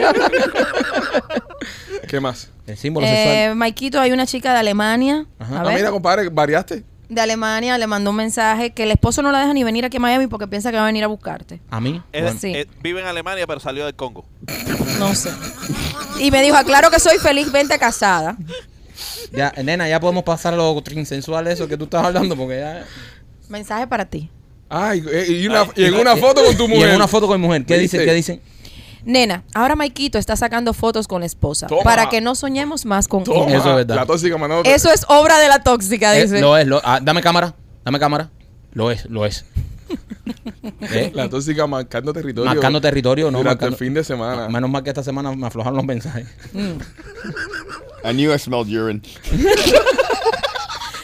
C: ¿Qué más?
D: el símbolo sexual.
H: eh, Maikito, hay una chica de Alemania.
D: Ajá.
H: A
C: Ah,
H: ver.
C: mira, compadre, variaste.
H: de Alemania le mandó un mensaje que el esposo no la deja ni venir aquí a Miami porque piensa que va a venir a buscarte.
D: A mí.
G: Es-
H: Bueno. Sí.
G: eh, vive en Alemania, pero salió del Congo.
H: No sé. Y me dijo, aclaro que soy felizmente casada.
D: Ya, nena, ya podemos pasar a lo trinsensual eso que tú estás hablando porque ya...
H: Mensaje para ti.
C: Ay, eh, y, una- y en una foto con tu
D: Y
C: mujer.
D: en una foto con mi mujer. ¿Qué
C: ¿Qué
D: dice?
C: dice?
D: ¿Qué dicen?
H: Nena, ahora Maikito está sacando fotos con la esposa
C: Toma.
H: para que no soñemos más con
C: Toma,
H: ella.
D: Eso es verdad.
C: La tóxica manota.
H: Eso es obra de la tóxica,
D: Eh,
H: dice.
D: lo es, lo, ah, dame cámara, dame cámara. Lo es, lo es. Eh,
C: La tóxica marcando territorio.
D: Marcando territorio, no,
C: Durante
D: marcando-
C: el fin de semana.
D: Menos mal que esta semana me aflojaron los mensajes.
F: I knew I smelled urine.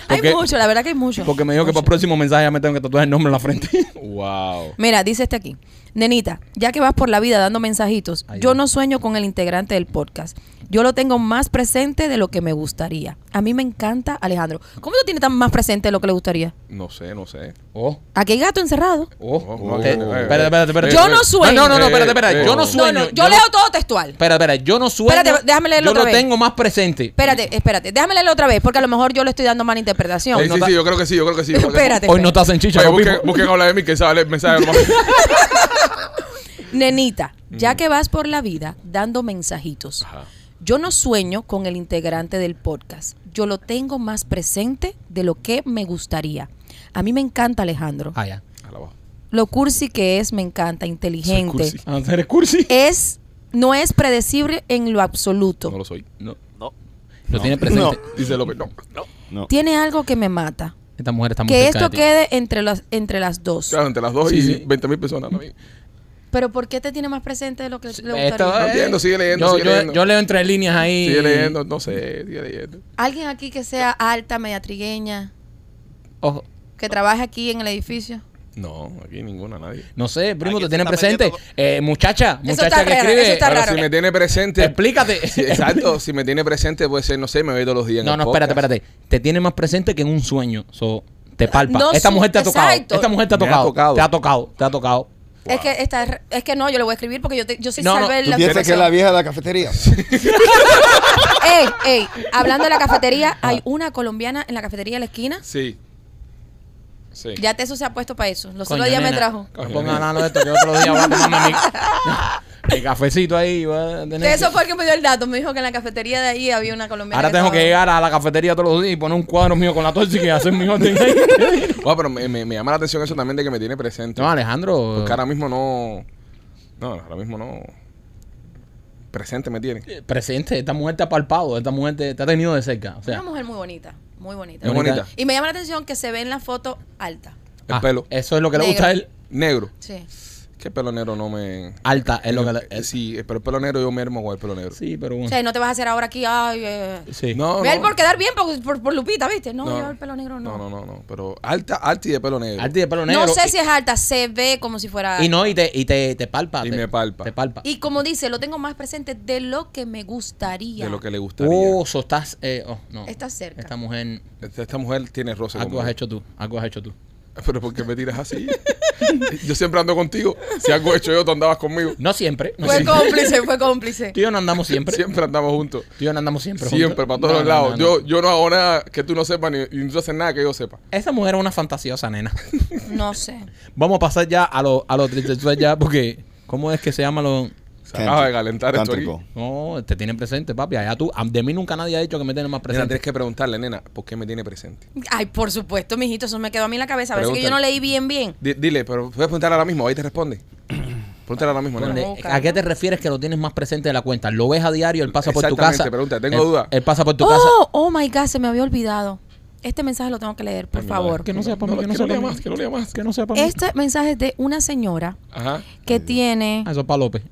H: hay
D: porque-
H: mucho, la verdad que hay mucho.
D: Porque me dijo que para el próximo mensaje ya me tengo que tatuar el nombre en la frente.
C: Wow.
H: Mira, dice este aquí. Nenita, ya que vas por la vida dando mensajitos,
D: Ay,
H: yo
D: Dios.
H: no sueño con el integrante del podcast. Yo lo tengo más presente de lo que me gustaría. A mí me encanta Alejandro. ¿Cómo tú tienes tan más presente de lo que le gustaría?
C: No sé, no sé.
D: Oh,
H: Aquí hay gato encerrado.
D: oh.
C: Oh,
D: Eh,
C: oh, oh.
D: espérate, espérate, espérate.
H: Yo no sueño.
D: No, no, no,
C: Eh,
D: espérate, espérate.
C: eh,
D: Yo no
C: eh.
D: sueño.
H: no, no, yo leo todo textual.
D: Espera, espera, yo no sueño.
H: Espérate, déjame leerlo
D: Yo
H: otra
D: lo
H: vez.
D: tengo más presente.
H: Espérate, espérate, déjame leerlo otra vez, porque a lo mejor yo le estoy dando mala interpretación.
C: eh, Sí, sí,
H: No ta-
C: sí, yo creo que sí, yo creo que sí. yo creo que sí.
H: Espérate.
D: Hoy no estás en chicha,
C: Oye,
D: ¿no,
C: busquen,
D: Pipo?
C: busquen hablar de mí que sale el mensaje. nomás.
H: Nenita, ya que vas por la vida dando mensajitos,
C: Mm. Ajá.
H: yo no sueño con el integrante del podcast. Yo lo tengo más presente de lo que me gustaría. A mí me encanta Alejandro.
D: Ah, ya.
C: Alabado.
H: Lo cursi que es, me encanta, inteligente.
C: cursi.
D: Ah, ¿Eres cursi?
H: Es, no es predecible en lo absoluto.
C: No lo soy. No.
G: No.
D: Lo tienes presente.
C: Dice López. No. no.
F: No.
H: Tiene algo que me mata.
D: Esta mujer está muy
H: Que
D: cerca de
H: esto
D: ti.
H: quede entre las, entre las dos.
C: Claro, entre las dos
D: Sí,
C: y
D: sí.
C: 20 mil personas. ¿no? No
H: Pero ¿por qué te tiene más presente de lo que le
D: Esto-
H: gustaría?
D: eh,
C: entiendo, sigue leyendo,
D: Yo,
C: sigue
D: yo-
C: leyendo.
D: yo leo entre líneas ahí.
C: Sigue leyendo, no sé, sigue leyendo.
H: Alguien aquí que sea alta, media trigueña,
D: Ojo.
H: que trabaje aquí en el edificio.
C: No, aquí ninguna, nadie.
D: No sé, primo, te
G: Aquí se
D: tienen
G: está
D: presente.
G: metiendo
D: Eh, muchacha,
H: Eso está
D: muchacha que
H: raro, eso
D: escribe.
H: está
C: Pero
H: raro.
C: si me tiene presente.
D: Explícate.
C: Sí, exacto, si me tiene presente, puede ser, no sé, me veo todos los días. en
D: No,
C: el
D: no, espérate,
C: podcast.
D: espérate. Te tiene más presente que en un sueño. So, te palpa.
H: Ah, No,
D: Esta
H: su-
D: mujer te ha tocado.
H: exacto.
D: Esta mujer te ha
C: Me ha
D: tocado.
C: tocado.
D: Te ha tocado. Te ha tocado.
H: Es que esta es, es que no, yo le voy a escribir porque yo, te- yo sí
D: No, no,
H: salvé
F: ¿Tú
H: la
F: piensas que es
H: situación.
F: la vieja de la cafetería?
H: Ey, ey, hablando de la cafetería,
F: Ah.
H: hay una colombiana en la cafetería de la esquina.
C: Sí. Sí.
H: Ya te eso se ha puesto para eso. Los
D: Coño,
H: otros días me
D: nena,
H: trajo.
D: No pongas hablando de esto, que otro día voy a tomarme mi, mi cafecito ahí. voy a tener
H: De eso
D: que-
H: fue el que me dio el dato. Me dijo que en la cafetería de ahí había una colombiana.
D: Ahora tengo que
H: estaba-
D: llegar a la cafetería todos los días y poner un cuadro mío con la tóxica y hacer mi orden ahí.
C: Bueno, pero me, me- me llama la atención eso también de que me tiene presente.
D: No, Alejandro.
C: Porque ahora mismo no. No, ahora mismo no. Presente me tiene.
D: eh, Presente, esta mujer te ha palpado, esta mujer te, te ha tenido de cerca. O sea,
H: Una mujer muy bonita, muy bonita.
C: Es bonita.
H: Y me llama la atención que se ve en la foto alta.
C: El
D: ah,
C: pelo.
D: Eso es lo que le
H: Negro.
D: gusta a él.
C: Negro.
H: Sí.
C: ¿Qué pelo negro no me.?
D: Alta, es lo que le.
C: Eh, sí, pero el pelo negro yo me hermo con el pelo negro.
D: Sí, pero
H: O
D: bueno.
H: sea, no te vas a hacer ahora aquí. Ay, eh.
D: Sí.
C: No,
H: Ve él
C: no.
H: por quedar bien por, por- por Lupita, ¿viste? No,
C: No.
H: yo el pelo negro no.
C: No, no, no, no. Pero alta, alta y de pelo negro.
D: Alta y de pelo negro.
H: No sé
D: y,
H: si es alta, se ve como si fuera.
D: y no, y te, y te, te palpa.
C: Y
D: te,
C: me palpa.
D: Te palpa.
H: Y como dice, lo tengo más presente de lo que me gustaría.
C: De lo que le gustaría.
D: Oh, so estás. eh, oh, no.
H: Estás cerca.
D: Esta mujer.
C: Este, Esta, esta mujer tiene roce.
D: Algo
C: conmigo.
D: has hecho tú. Algo has hecho tú.
C: Pero ¿por qué me tiras así? yo siempre ando contigo. Si algo he hecho yo, tú andabas conmigo.
D: No siempre. No
H: Fue
D: siempre.
H: cómplice, fue cómplice.
D: Tú y yo no andamos siempre.
C: Siempre andamos juntos.
D: Tú y yo no andamos siempre.
C: Siempre,
D: juntos.
C: para todos
D: No,
C: los
D: no,
C: lados.
D: no, no.
C: Yo, yo no hago nada que tú no sepas ni, y no haces nada que yo sepa.
D: Esa mujer es una fantasiosa, nena.
H: No sé.
D: Vamos a pasar ya a los a lo tristezas ya, porque. ¿Cómo es que se llama los.?
C: Se acaba de calentar esto aquí.
F: Tántrico.
D: No, te tienen presente, papi. Allá tú. a- De mí nunca nadie ha dicho que me tienen más
C: Nena,
D: presente.
C: tienes que preguntarle, nena, ¿por qué me tiene presente?
H: Ay, por supuesto, mijito, eso me quedó a mí en la cabeza. A veces que yo
C: Pregúntale.
H: no leí bien, bien.
C: Di- dile, pero puedes preguntar ahora mismo, ahí te responde. Pregúntale ahora mismo,
D: Hombre,
C: nena.
H: No,
D: ¿A
H: Carlos.
D: qué te refieres que lo tienes más presente de la cuenta? ¿Lo ves a diario? ¿Él pasa por tu
C: Exactamente,
D: casa?
C: pregunta, tengo
D: Él-
C: duda.
D: Él pasa por tu casa.
H: Oh, oh my God, se me había olvidado. Este mensaje lo tengo que leer, por
C: Ay, mi
H: favor.
C: madre.
D: Que no sea para
C: No,
D: mí, que
C: que
D: no
C: no
D: sea
C: lea
D: para mí.
C: más, que no lea más.
D: Que no sea para mí.
H: Este mensaje es de una señora
C: Ajá.
H: que tiene,
D: Ah, eso es para López.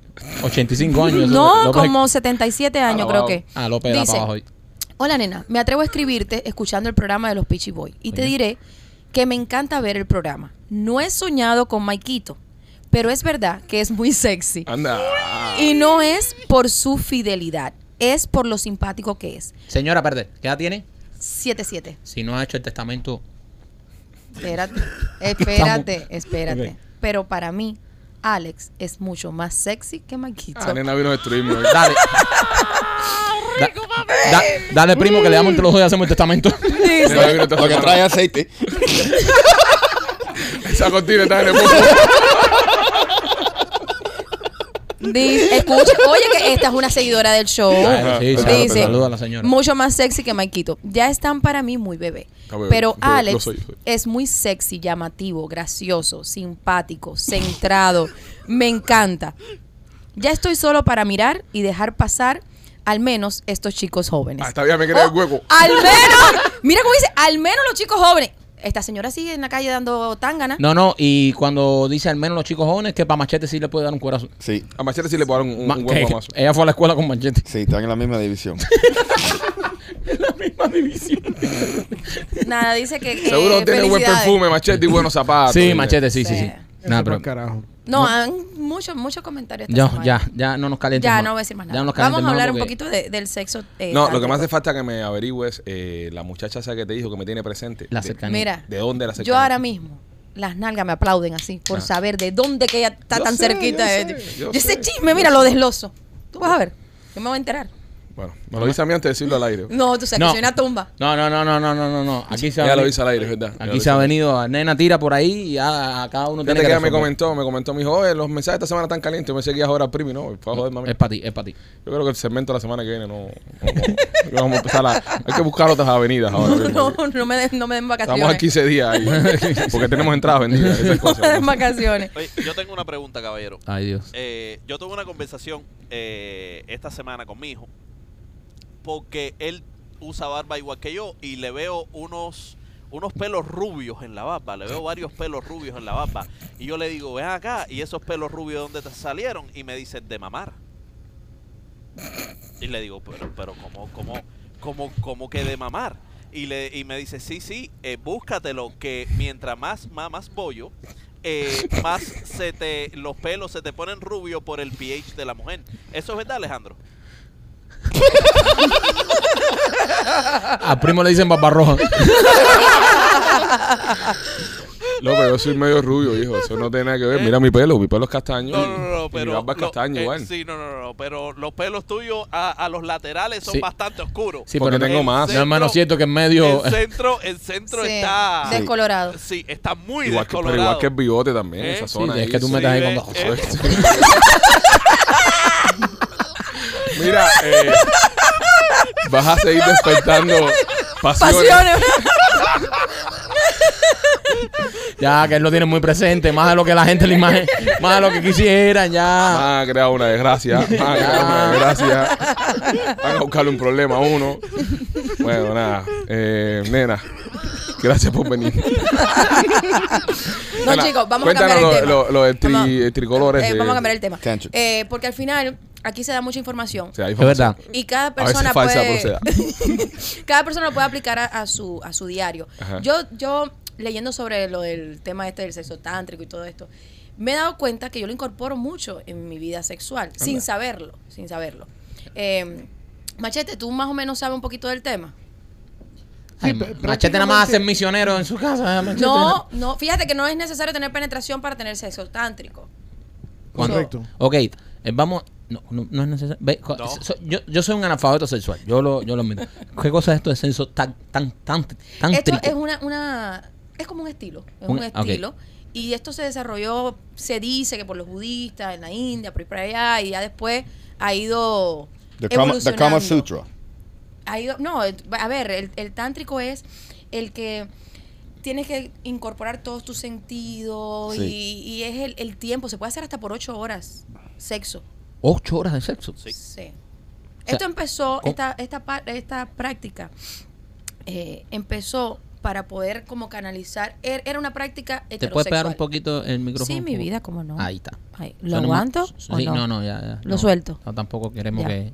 D: 85 años. eso es-
H: no,
D: López-
H: como 77 años, creo
C: Alabado.
H: que.
D: Ah, López da para abajo. hoy.
H: Hola nena, me atrevo a escribirte escuchando el programa de los Peachy Boy y te diré que me encanta ver el programa. No he soñado con Maikito, pero es verdad que es muy sexy.
C: Anda.
H: Y no es por su fidelidad, es por lo simpático que es.
D: Señora, perdón. ¿Qué edad tiene?
H: 7-7.
D: Si no ha hecho el testamento.
H: Espérate, espérate,
D: Estamos-
H: espérate.
D: Ok.
H: Pero para mí, Alex es mucho más sexy que Maikito.
C: Ah, nena vino a destruirme. hoy.
D: Dale. Da- da- dale, primo, que le damos entre los dos y hacemos el testamento.
C: Nena vino esta
F: Lo que
C: semana.
F: trae aceite.
C: Esa cortina está en el mundo.
H: Dice, escucha, oye que esta es una seguidora del show.
D: Claro, sí, sí,
H: Dice,
D: saluda a la señora.
H: mucho más sexy que Maikito. Ya están para mí muy bebé.
C: Ah, bebé,
H: Pero
C: bebé,
H: Alex
C: lo soy, soy.
H: es muy sexy, llamativo, gracioso, simpático, centrado. Me encanta. Ya estoy solo para mirar y dejar pasar al menos estos chicos jóvenes.
C: Hasta ya Ah, me quedé el
H: O,
C: hueco.
H: Al menos, mira cómo dice, al menos los chicos jóvenes. Esta señora sigue en la calle dando tangana.
D: No, no, y cuando dice al menos los chicos jóvenes que para Machete sí le puede dar un cuerazo.
F: Sí,
C: A Machete sí le puedo dar un, un-
D: Ma-
C: un
D: que-
C: buen guamazo.
D: ella fue a la escuela con Machete.
F: sí, están en la misma división.
D: La misma división.
H: Nada, dice que. que
C: Seguro tiene buen
H: Eh, felicidades.
C: perfume, Machete, y buenos zapatos.
D: Sí,
C: Dile.
D: Machete, sí, sí, sí.
H: Sí.
D: Nada, pero-
E: carajo.
H: No, han muchos, muchos comentarios. esta
D: Ya,
H: semana.
D: ya, ya no nos calentemos.
H: Ya,
D: más.
H: no voy a decir más
D: Ya
H: nada.
D: no nos
H: Vamos
D: calentemos
H: a hablar
D: más
H: un
D: porque-
H: poquito de- del sexo. eh,
C: No, lo que me hace
H: tántrico.
C: falta que me averigües, eh, la muchacha esa que te dijo que me tiene presente.
D: La
C: de-
D: cercanía.
H: Mira,
C: ¿De dónde la
H: yo
C: cercanía?
H: ahora mismo, las nalgas me aplauden así por
C: Ah.
H: saber de dónde que ella está
C: Yo
H: tan
C: sé,
H: cerquita
C: yo
H: de
C: sé,
H: ti.
C: yo
H: Yo
C: sé,
H: ese chisme, mira, lo deslozo. Tú vas a ver, yo me voy a enterar.
C: Bueno, me lo dice a mí antes de decirlo al aire.
D: Mm.
H: No, tú sabes
D: No.
H: que soy una tumba.
D: No, no, no, no, no, no, no, no. Aquí se ha
C: Ya lo
D: venido-
C: hice al aire, es ¿verdad? Ya lo
D: Aquí
C: hice
D: se
C: al
D: ha
C: aire.
D: venido, a nena tira por ahí y ya a cada uno
C: Fíjate
D: tiene
C: que
D: que
C: ella me
D: resolver.
C: comentó, me comentó, me dijo, oye, los mensajes esta semana están calientes, yo pensé que ibas a joder al primi, no, fue a joder, mami.
D: Es para ti, es para ti.
C: Yo creo que el segmento de la semana que viene no, no- no- vamos a empezar a, hay que buscar otras avenidas ahora.
H: No, no me den, no me den vacaciones.
C: Estamos a 15 días ahí, porque tenemos entradas vendidas, esas
H: No me
C: cosas.
H: den vacaciones.
G: Oye, yo tengo una pregunta, caballero.
D: Ay, Dios.
G: Eh, yo tuve una conversación eh, esta semana con mi hijo porque él usa barba igual que yo y le veo unos unos pelos rubios en la barba, le veo varios pelos rubios en la barba y yo le digo, ven acá y esos pelos rubios dónde te salieron y me dice de mamar y le digo, pero pero cómo cómo cómo cómo que de mamar y le y me dice sí sí eh, búscatelo que mientras más mamas bollo eh, más se te los pelos se te ponen rubios por el pH de la mujer. Eso es verdad, Alejandro.
D: Al primo le dicen barbarroja.
C: Loco, yo soy medio rubio, hijo, eso no tiene nada que ver. Mira mi pelo, mi pelo es castaño.
G: No, no, no,
C: Mm, y Mi
G: no, pero
C: barba es
G: lo-
C: castaño
G: eh,
C: igual.
G: Sí, no, no, no, no, pero los pelos tuyos a, a los laterales son
D: Sí.
G: bastante oscuros.
D: Sí,
C: Porque
D: pero
C: tengo
D: no-
C: más.
D: No es menos cierto que en medio.
G: El centro, el centro
H: Sí,
G: está
H: Descolorado.
G: Sí, está muy
C: Igual que, pero
G: descolorado.
C: igual que el bigote también,
G: ¿Eh?
C: esa
G: Sí,
C: zona.
D: es
C: ahí,
D: que tú
C: sí.
D: me estás ahí
G: ve,
D: con dos.
G: eh,
C: Mira, eh, vas a seguir despertando pasiones.
H: Pasiones.
D: Ya, que él lo tiene muy presente, más de lo que la gente le imagina, más de lo que quisieran, ya.
C: Ah, ha creado una desgracia. Ah, ha creado una desgracia. Van a buscarle un problema a uno. Bueno, nada. Eh, nena, gracias por venir.
H: No,
C: Nena,
H: chicos, vamos a
C: cuéntanos
H: cambiar el
C: lo-
H: tema.
C: lo- lo del tri-
H: Vamos-
C: el tricolor
H: eh,
C: ese.
H: vamos a cambiar el tema.
F: Cancho.
H: Eh, porque al final, aquí se da mucha información.
C: O sea, hay
D: Es verdad.
H: Y cada
C: A veces
H: persona
C: falsa,
H: puede.
C: pero
H: cada persona lo puede aplicar a, a su, a su diario.
C: Ajá.
H: Yo, yo, leyendo sobre lo del tema este del sexo tántrico y todo esto, me he dado cuenta que yo lo incorporo mucho en mi vida sexual, sin saberlo, sin saberforlo. Eh, Machete, tú más o menos sabes un poquito del tema.
D: Ay,
E: Sí, pr-
D: machete nada más
E: prácticamente-
D: hace misionero en su casa. Machete.
H: No, no, fíjate que no es necesario tener penetración para tener sexo tántrico.
D: Cuando-
E: Correcto.
D: Ok, eh, vamos. No, no, no es necesario. Ve, co-
G: No.
D: so- yo, yo soy un analfabeto sexual. Yo lo, yo lo admito. ¿Qué cosa es esto de sexo tan, tan, tan, tan
H: Esto es una, una es como un estilo, es un,
D: Un- ok.
H: estilo. Y esto se desarrolló, se dice que por los budistas en la India, por ahí para allá, y ya después ha ido
F: The Kama, the Kama
H: evolucionando.
F: Sutra.
H: Ha ido- no, el- a ver, el, el tántrico es el que tienes que incorporar todos tus sentidos
F: Sí.
H: y, y es el, el tiempo. Se puede hacer hasta por ocho horas sexo.
D: Ocho horas de sexo.
G: Sí.
H: Sí.
D: sea,
H: Esto empezó,
D: ¿cómo?
H: esta, esta, pa- esta práctica eh, empezó para poder como canalizar, er- era una práctica
D: ¿Te puedes pegar un
H: heterosexual.
D: poquito el micrófono?
H: Sí, mi vida, cómo no.
D: Ahí está.
H: Ay, ¿Lo
D: Suena muy-
H: aguanto
D: Sí,
H: o no?
D: no, no, ya, ya.
H: Lo
D: No,
H: suelto.
D: No, tampoco queremos
H: Ya.
D: que.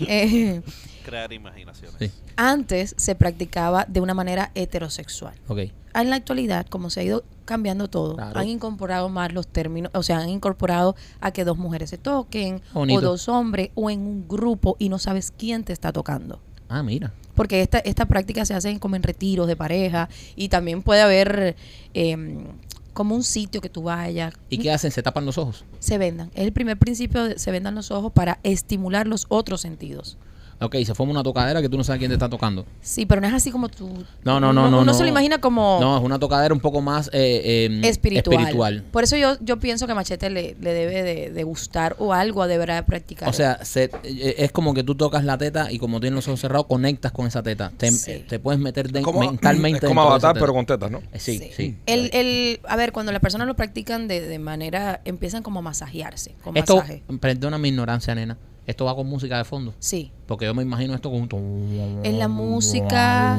H: Eh,
G: Crear imaginaciones.
D: Sí,
H: antes se practicaba de una manera heterosexual. Ah,
D: ok.
H: En la actualidad, como se ha ido cambiando todo,
D: Claro.
H: han incorporado más los términos, o sea, han incorporado a que dos mujeres se toquen,
D: Bonito.
H: o dos hombres, o en un grupo y no sabes quién te está tocando.
D: Ah, mira.
H: Porque esta, esta práctica se hace como en retiros de pareja y también puede haber eh, como un sitio que tú vayas.
D: ¿Y qué hacen? ¿Se tapan los ojos?
H: Se vendan. Es el primer principio de se vendan los ojos para estimular los otros sentidos.
D: Ok, se forma una tocadera que tú no sabes quién te está tocando.
H: Sí, pero no es así como tú.
D: No, no, no,
H: uno-
D: no.
H: Uno
D: no.
H: se lo imagina como
D: No, es una tocadera un poco más eh, eh,
H: espiritual.
D: espiritual.
H: Por eso yo, yo pienso que Machete le, le debe de, de gustar o algo deberá de practicar.
D: O sea, se- eh, es como que tú tocas la teta y como tienes los ojos cerrados, conectas con esa teta. Te,
H: Sí.
D: eh, te puedes meter de-
C: Como-
D: mentalmente.
C: Es como
D: dentro de esa
C: avatar,
D: teta.
C: pero con tetas, ¿no?
D: Eh, Sí, sí.
H: El, el, a ver, cuando las personas lo practican de, de manera, empiezan como a masajearse, con
D: Esto,
H: masaje.
D: perdona mi ignorancia, nena. Esto va con música de fondo.
H: Sí.
D: Porque yo me imagino esto con un...
H: Es la música,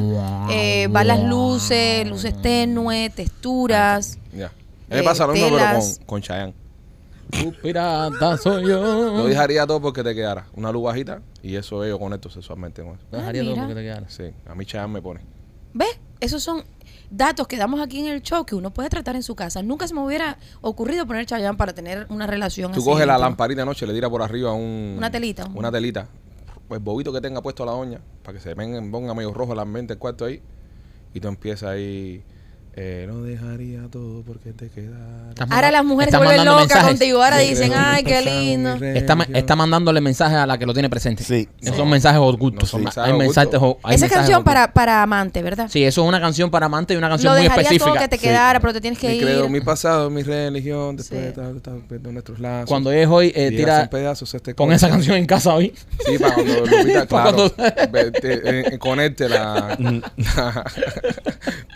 H: eh, va las luces, luces tenues, texturas.
C: Ya. A mí me
H: Eh,
C: pasa lo mismo, pero
H: telas.
C: con, con Chayanne.
D: Un pirata soy yo.
C: Lo dejaría todo porque te quedara. Una luz bajita y eso yo conecto sexualmente con eso.
D: Lo dejaría
H: Ah,
D: todo
H: mira.
D: porque te quedaras.
C: Sí, a mí Chayanne me pone.
H: ¿Ves? Esos son datos que damos aquí en el show que uno puede tratar en su casa. Nunca se me hubiera ocurrido poner Chayanne para tener una relación
C: Tú
H: así
C: coges la
H: íntima.
C: lamparita anoche, le tiras por arriba un,
H: Una telita.
C: Una telita. Pues El bobito que tenga puesto la doña, para que se venga- ponga medio rojo el ambiente, el cuarto ahí. Y tú empiezas ahí. eh, no dejaría todo porque te quedas.
D: Estás
H: Ahora
D: manda-
H: las mujeres se
D: estás
H: vuelven
D: mandando
H: locas
D: mensajes.
H: contigo. Ahora dicen, ay, qué lindo.
D: Está, ma- está mandándole mensajes a la que lo tiene presente.
F: Sí.
D: Esos son mensajes
C: No
D: ocultos.
C: son
D: Hay
C: mensajes
D: mensajes o- hay
H: Esa
D: mensajes
H: canción
D: ocultos.
H: para, para amante, ¿verdad?
D: Sí, eso es una canción para amante y una canción
H: Lo
D: muy
H: dejaría
D: específica.
H: todo que te quedara, pero te tienes que
C: Mi
H: ir.
C: credo, mi pasado, mi religión, después
H: Sí.
C: de tal, tal, de nuestros lazos.
D: Cuando es hoy, eh,
C: Y
D: tira
C: hacen pedazos este
D: con
C: corazón.
D: esa canción en casa hoy.
C: Sí, para cuando Lupita,
D: Para
C: claro,
D: cuando-
C: ve- te- eh, eh, conecte la... la-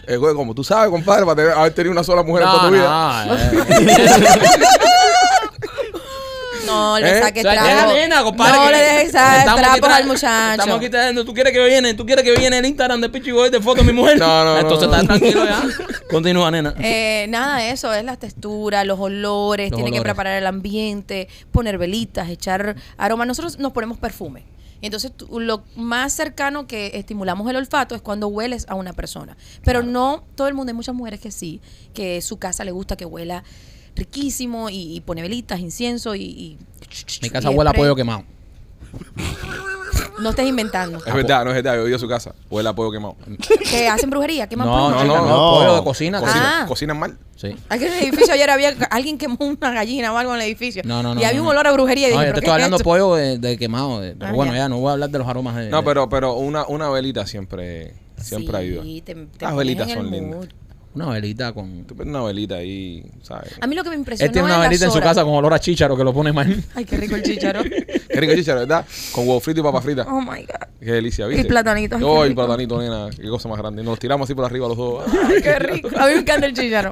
C: Eh, güey, como tú sabes, compadre, para tener- haber tenido una sola mujer en toda tu vida.
H: No, le
C: ¿Eh?
H: saques
D: O sea, deja
H: trapo.
D: nena, compadre,
H: no
D: que-
H: le dejes sacar
D: estamos aquí
H: trapos
D: tra-
H: al muchacho.
D: Estamos aquí trayendo. ¿Tú quieres que viene? ¿Tú quieres que viene el Instagram de Pichi Boy de foto de mi mujer?
C: No, no, no,
D: Entonces
C: no.
D: está tranquilo ya. Continúa, nena.
H: Eh, nada de eso, es las texturas, los olores,
D: Los
H: tiene que
D: olores.
H: preparar el ambiente, poner velitas, echar aroma. Nosotros nos ponemos perfume. Entonces, tú- lo más cercano que estimulamos el olfato es cuando hueles a una persona. Pero no todo el mundo, hay muchas mujeres que sí, que su casa le gusta que huela riquísimo y, y pone velitas, incienso y... y-
D: Mi casa
H: y
D: huele a
H: spray.
D: pollo quemado.
H: No estés inventando.
C: Es verdad, no es verdad. Yo he ido a su casa. Huele a pollo quemado.
H: que hacen brujería, queman
D: No,
H: pollo.
D: no, no,
F: no.
D: Pollo de cocina.
H: Cocina. Ah.
C: Cocinan mal.
D: Sí.
H: Aquí en el edificio ayer había alguien quemó una gallina o algo en el edificio.
D: No, no, no.
H: Y había
D: no,
H: un
D: no.
H: olor a brujería. y
D: No,
H: dije,
D: yo te
H: ¿pero qué
D: estoy hablando
H: es
D: de
H: esto?
D: pollo de, de quemado. de- pero
H: Ah,
D: bueno,
H: ya.
D: ya. no voy a hablar de los aromas. de-
C: No,
D: de-
C: pero, pero una, una velita siempre, siempre
H: Sí,
C: ayuda.
H: te- te
C: Las
H: pones
C: velitas
H: en el
C: son
H: mood.
C: lindas.
D: Una velita con.
C: Tú pones una velita ahí, ¿sabes?
H: A mí lo que me impresionó
C: Este
D: Él tiene una
H: es las
D: velita en su
H: horas.
D: casa con olor a chícharo que lo pone mal.
H: Ay, qué rico el chícharo.
C: Qué rico chicha, ¿verdad? Con huevo frito y papa frita.
H: Oh my God.
C: Qué delicia, ¿viste?
H: Y platanito, ay, qué
C: Oh, y
H: rico.
C: platanito, nena. Qué cosa más grande. Nos los tiramos así por arriba los dos.
H: Ay, qué rico. A mí me encanta el chícharo.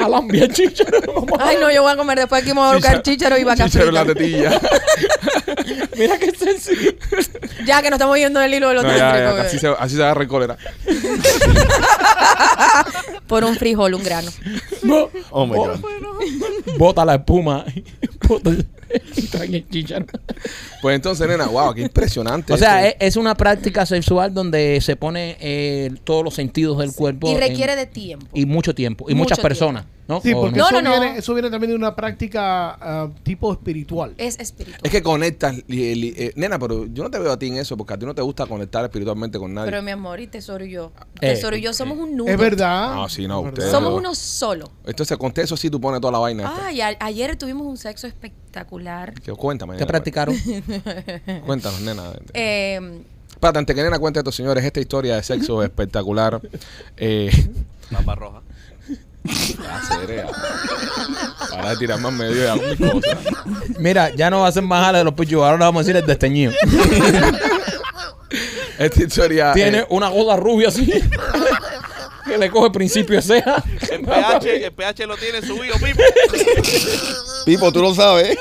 D: Alambia el chícharo. mamá.
H: Ay, no, yo voy a comer después aquí me voy a buscar chícharo y vaca
C: Chícharo en la
H: frita.
C: tetilla.
D: Mira qué sencillo.
H: Ya que nos estamos yendo del hilo de los
C: No, ya, ya,
H: tántricos,
C: así, se,
H: bebé.
C: así se agarra el cólera.
H: Por un frijol, un grano.
D: Bo-
F: Oh my God.
D: Bota la espuma. Bota el- y trae el chícharo.
C: Pues entonces, nena, wow, qué impresionante. este.
D: O sea, eh, es,
C: esto.
D: es una práctica sexual donde se pone eh, todos los sentidos del cuerpo.
H: Y
D: en-
H: requiere de tiempo.
D: Y mucho tiempo. Y
H: Mucho
D: muchas personas. ¿no?
E: Sí,
D: ¿O
E: porque
D: no?
H: no?
E: eso,
H: No, no, no.
E: Viene, eso viene también de una práctica ah, tipo espiritual.
H: Es espiritual.
C: Es que conectas, li- li- eh, nena, pero yo no te veo a ti en eso porque a ti no te gusta conectar espiritualmente con nadie.
H: Pero mi amor, y tesoro y yo.
D: Eh,
H: tesoro y yo somos un nudo.
E: Es verdad.
C: No, sí, no,
E: Es verdad.
C: ustedes
H: Somos
C: Pero-
H: uno solo.
C: Entonces, con eso sí tú pones toda la vaina. esta.
H: Ay, a- ayer tuvimos un sexo espectacular.
C: Que- Cuéntame.
D: ¿Qué
C: nena,
D: practicaron?
C: cuéntame. Cuéntanos, nena.
H: Eh,
C: Espérate, antes que nena cuente esto, señores, esta historia de sexo espectacular. Eh,
G: Papa roja.
C: ya, Cerea. Para de tirar más medio de alguna cosa.
D: Mira, ya no va a ser más ala de los pichos. Ahora le vamos a decir el desteñido.
C: Esta historia.
D: Tiene
C: eh,
D: una gola rubia así. que le coge principio de ceja.
G: El pH, el pH lo tiene subido, Pipo.
F: Pipo, tú lo sabes.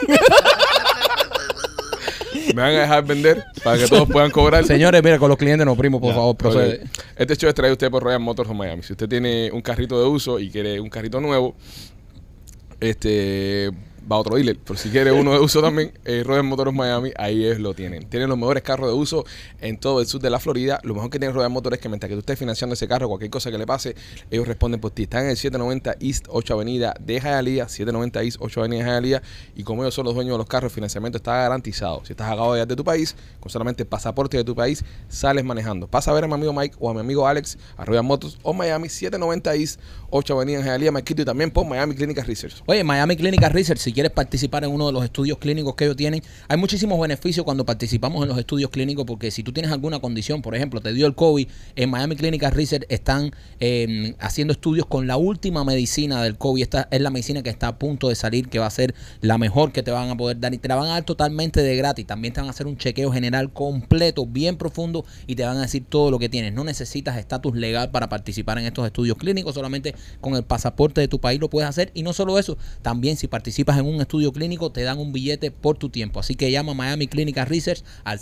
C: me van a dejar vender para que todos puedan cobrar.
D: Señores, mira, con los clientes no, primo, por favor, procede.
C: Ok. Este show es traído a usted por Royal Motors of Miami. Si usted tiene un carrito de uso y quiere un carrito nuevo, este va a otro dealer. Pero si quiere uno de uso también, eh, Royal Motors of Miami, ahí es lo tienen. Tienen los mejores carros de uso en todo el sur de la Florida. Lo mejor que tiene Royal Motors es que mientras que tú estés financiando ese carro, cualquier cosa que le pase, ellos responden por ti. Están en el 790 East 8 Avenida de Hialeah, 790 East 8 Avenida de Hialeah. Y como ellos son los dueños de los carros, el financiamiento está garantizado. Si estás acabado de llegar de tu país, con solamente el pasaporte de tu país, sales manejando. Pasa a ver a mi amigo Mike o a mi amigo Alex, a Royal Motors o Miami, 790 East 8 Avenida en Hialeah, Marquito, y también por Miami Clinic Research.
D: Oye, Miami Clinical Research, si si quieres participar en uno de los estudios clínicos que ellos tienen, hay muchísimos beneficios cuando participamos en los estudios clínicos porque si tú tienes alguna condición, por ejemplo, te dio el COVID, en Miami Clinical Research están eh, haciendo estudios con la última medicina del COVID. Esta es la medicina que está a punto de salir, que va a ser la mejor que te van a poder dar y te la van a dar totalmente de gratis. También te van a hacer un chequeo general completo, bien profundo y te van a decir todo lo que tienes. No necesitas estatus legal para participar en estos estudios clínicos, solamente con el pasaporte de tu país lo puedes hacer. Y no solo eso, también si participas en un estudio clínico te dan un billete por tu tiempo. Así que llama a Miami Clinical Research al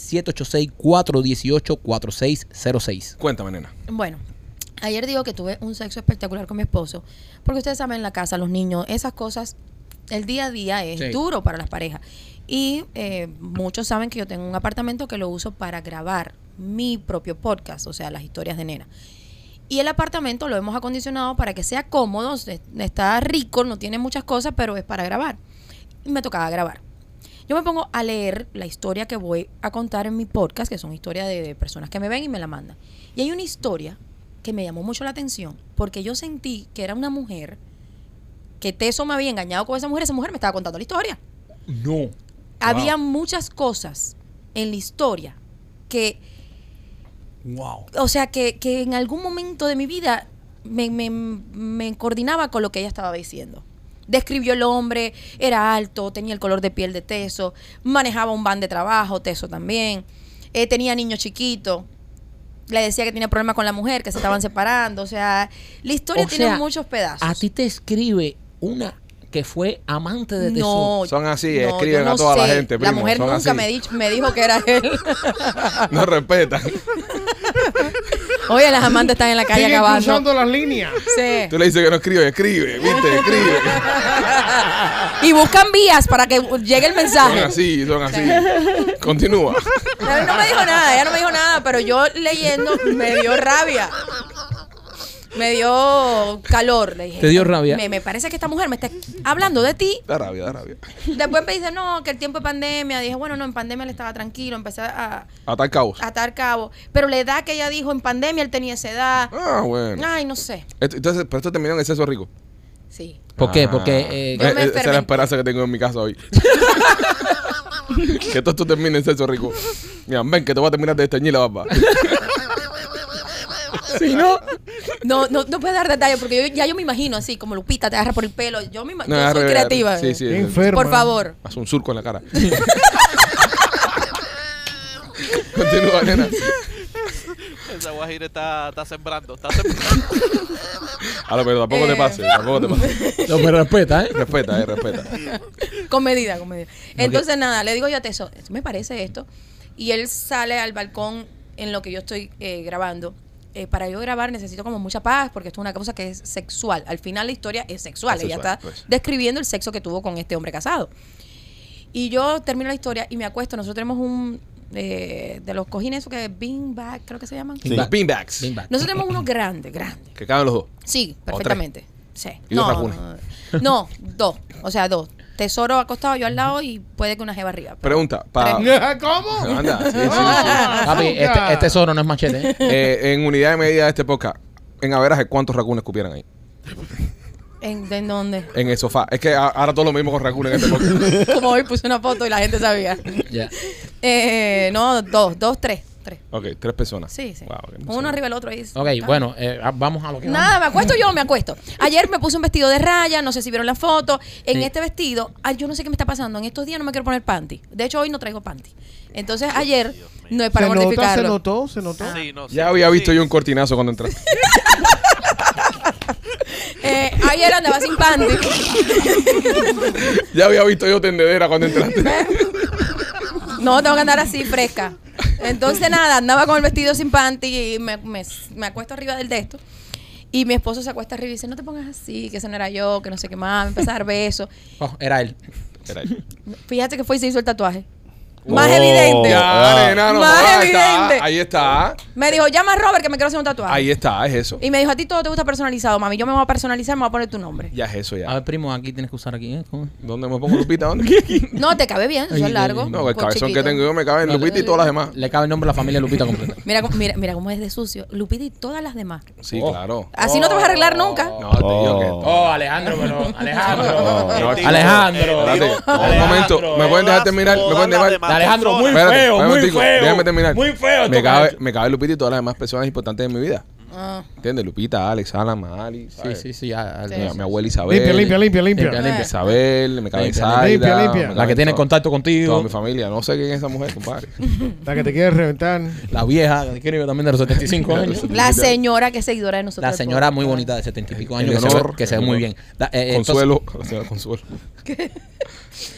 D: 786-418-4606.
C: Cuéntame, nena.
H: Bueno, ayer digo que tuve un sexo espectacular con mi esposo, porque ustedes saben, la casa, los niños, esas cosas, el día a día es
D: Sí.
H: duro para las parejas. Y eh, muchos saben que yo tengo un apartamento que lo uso para grabar mi propio podcast, o sea, las historias de nena. Y el apartamento lo hemos acondicionado para que sea cómodo, se- está rico, no tiene muchas cosas, pero es para grabar. Y me tocaba grabar. Yo me pongo a leer la historia que voy a contar en mi podcast, que son historias de, de personas que me ven y me la mandan. Y hay una historia que me llamó mucho la atención, porque yo sentí que era una mujer, que Teso me había engañado con esa mujer, esa mujer me estaba contando la historia.
D: No.
H: Había muchas cosas en la historia que
D: Wow.
H: o sea, que, que en algún momento de mi vida me, me- me coordinaba con lo que ella estaba diciendo. Describió el hombre, era alto, tenía el color de piel de Teso, manejaba un van de trabajo, Teso también, eh, tenía niños chiquitos, le decía que tenía problemas con la mujer, que se estaban separando, o sea, la historia tiene muchos pedazos.
D: A ti te escribe una que fue amante de Tesoro.
H: no,
C: Son así,
H: yo
C: escriben a toda la gente,
H: La
C: primo,
H: mujer
C: son
H: nunca
C: así.
H: me dijo, me dijo que era él.
C: No respetan.
H: Oye, las amantes están en la calle
E: Siguen
H: acabando.
E: cruzando las líneas.
H: Sí.
C: Tú le dices que no escribe, escribe, viste, escribe.
H: Y buscan vías para que llegue el
C: Son
H: mensaje.
C: así, son así. Continúa.
H: Él no me dijo nada, ella no me dijo nada, pero yo leyendo me dio rabia. Me dio calor, le dije.
D: ¿Te dio rabia?
H: Me, me parece que esta mujer me está hablando de ti.
C: Da rabia, da rabia.
H: Después me dice, no, que el tiempo de pandemia. Dije, bueno, no, en pandemia él estaba tranquilo. Empecé a
C: Atar cabos.
H: a atar cabo. Pero la edad que ella dijo, en pandemia él tenía esa edad.
C: Ah, bueno.
H: Ay, no sé.
C: Esto- entonces, pero esto terminó en exceso rico.
H: Sí.
D: ¿Por qué?
C: Ah.
D: Porque eh,
H: Yo
C: Eh,
H: me
C: eh, esa es
H: fermenté.
C: la esperanza que tengo en mi casa hoy. que todo esto termine en sexo rico. Mira, ven que te voy a terminar de desteñir la barba.
H: No, no, no puedes dar detalles porque yo- ya yo me imagino así, como Lupita te agarra por el pelo. Yo, me, ima-
C: No,
H: yo
C: agarra-
H: soy
C: agarra-
H: creativa.
C: Sí, sí. sí.
E: Enferma.
H: Por favor.
C: Haz un surco en la cara. Continúa, nena.
G: Esa guajira está, está sembrando, está sembrando.
C: A lo Ah, pero tampoco
H: Eh.
C: te pases, tampoco te pases.
D: no me respeta, ¿eh?
C: Respeta, eh, respeta.
H: Con medida, con medida. Entonces, nada, le digo yo a Teso, me parece esto. Y él sale al balcón en lo que yo estoy eh, grabando. Eh, para yo grabar necesito como mucha paz porque esto es una cosa que es sexual. Al final la historia es sexual.
C: Es
H: Ella
C: sexual,
H: está
C: pues.
H: describiendo el sexo que tuvo con este hombre casado. Y yo termino la historia y me acuesto. Nosotros tenemos un... eh, de los cojines esos que es bean bag, creo que se llaman.
F: Sí.
C: Los beanbags.
D: Ven back.
H: Nosotros tenemos uno grande, grande.
C: Que caben los dos.
H: Sí,
C: tres.
H: perfectamente. Sí.
C: Y dos
H: no,
C: racunas.
H: no, no, dos. O sea, dos. Tesoro acostado yo al lado y puede que una jeva arriba. pero-
C: Pregunta, para.
E: ¿Cómo?
C: Anda, sí, sí, sí.
E: Ah,
D: Papi, este,
E: azúcar.
D: este Tesoro no es machete, ¿eh?
C: Eh, en unidad de medida de este podcast, en averaje, ¿cuántos racunes cupieran ahí?
H: ¿En, ¿En dónde?
C: En el sofá. Es que a- ahora todo lo mismo con racunes en este podcast.
H: Como hoy puse una foto y la gente sabía.
D: Ya.
H: Eh, no, dos, dos, tres. Tres.
C: Ok, tres personas.
H: Sí, sí.
C: Wow, qué emoción.
H: Uno arriba del otro. Ahí,
D: Ok, bueno, eh, ah, vamos a lo que vamos.
H: Nada, me acuesto yo, me acuesto. Ayer me puse un vestido de raya, no sé si vieron la foto. En
D: Sí.
H: este vestido, ay, yo no sé qué me está pasando. En estos días no me quiero poner panty. De hecho, hoy no traigo panty. Entonces, ayer, no es para
E: se nota, se
H: mortificarlo. Ah.
E: notó, se notó.
G: Sí, no,
C: Ya
G: sí,
C: había
G: sí.
C: visto yo un cortinazo cuando entré.
H: Eh, ayer andaba sin panty.
C: Ya había visto yo tendedera cuando entraste.
H: No, tengo que andar así, fresca. Entonces, nada, andaba con el vestido sin panty y me, me- me acuesto arriba del de esto. Y mi esposo se acuesta arriba y dice, no te pongas así, que eso no era yo, que no sé qué más. Me empezó a dar besos.
D: Oh, era él.
C: Era ahí.
H: Fíjate que fue y se hizo el tatuaje. Más evidente.
C: Oh, Ya, ah, nena, no,
H: Más
C: ahí está,
H: evidente.
C: ahí está,
H: Me dijo, llama a Robert que me quiero hacer un tatuaje.
C: ahí está, es eso.
H: Y me dijo, a ti todo te gusta personalizado, mami. Yo me voy a personalizar, me voy a poner tu nombre.
C: Ya es eso,
D: A
C: ya.
D: ver, primo, aquí tienes que usar aquí. ¿eh? ¿Cómo?
C: ¿Dónde me pongo Lupita? ¿Dónde?
H: No, te cabe bien, eso
D: Ay,
H: es largo.
C: No, el
H: pues,
C: cabezón
H: chiquito.
C: que tengo yo me cabe en
D: No,
C: Lupita y todas las demás.
D: Le cabe el nombre a la familia Lupita completa.
H: Mira, cómo- mira, mira cómo es de sucio. Lupita y todas las demás.
C: Sí,
D: Oh.
C: claro.
H: Así no te vas a arreglar nunca.
C: No, te digo que.
F: Oh.
D: Alejandro, pero. Alejandro.
C: No,
G: El tipo,
D: Alejandro.
G: el tipo,
C: Espérate, un momento, ¿me pueden dejar terminar? ¿Me
G: todas
C: pueden
G: las
C: dejar?
G: demás
D: Alejandro, muy
G: personas.
C: Espérate,
D: feo,
C: espérame
D: muy
C: un tico,
D: feo.
C: Déjame terminar.
D: Muy feo esto,
C: Me cabe,
D: macho.
C: me cabe Lupita y todas las demás personas importantes de mi vida.
H: Ah,
C: ¿Entiendes? Lupita, Alex, Ana, Mali.
D: Sí, sí, sí. ya,
H: Sí,
C: Mi,
D: ya,
C: mi
D: ya.
C: abuela Isabel.
E: Limpia, limpia, limpia, limpia.
D: Limpia, limpia.
C: Isabel, me cabe
D: Limpia,
C: Zaida,
E: limpia,
C: me
E: limpia.
C: cabe
D: La que tiene
C: toda-
D: contacto
C: Toda
D: contigo.
C: mi familia. No sé quién es esa mujer, compadre.
E: La que te quieres reventar.
D: La vieja, que escribe también de los 75 años.
H: La señora que es seguidora de nosotros.
D: La
H: del
D: señora
H: podcast.
D: muy bonita de 70 y pico
C: El
D: años que se ve,
C: honor,
D: que se
C: el
D: ve muy
C: honor.
D: bien. Da- eh, eh, entonces-
C: Consuelo. La señora Consuelo.
H: Eh,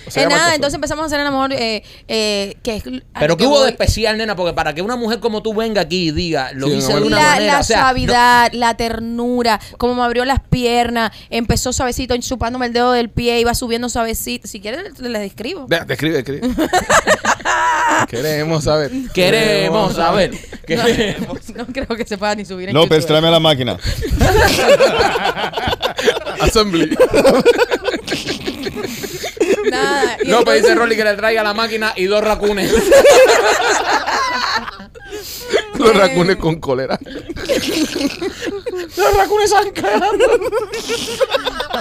C: Se llama
H: nada,
C: Consuelo.
H: entonces empezamos a hacer el amor. Eh, eh, que es, a lo
D: pero
H: que
D: qué hubo
H: voy.
D: de especial, nena, porque para que una mujer como tú venga aquí y diga, lo
C: Sí,
D: hice
C: no,
D: de
C: no.
D: una
H: la,
D: manera,
H: la
D: o sea, no-
H: suavidad, la ternura, como me abrió las piernas, empezó suavecito, chupándome el dedo del pie, iba subiendo suavecito. Si quieres, les describo.
C: Deja, Describe, describe. Queremos saber.
D: queremos saber. que-
H: No creo que se pueda ni subir en
F: López,
H: YouTube.
F: tráeme la máquina.
C: Assembly.
H: Nada,
D: López
H: y entonces-
D: dice Rolly que le traiga la máquina y dos racunes.
C: Los racunes con cólera.
D: los racunes están cagando.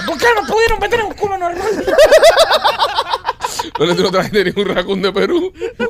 D: ¿Por qué no pudieron meter un culo normal?
C: No, tú no trajiste ningún racún de Perú.
D: No,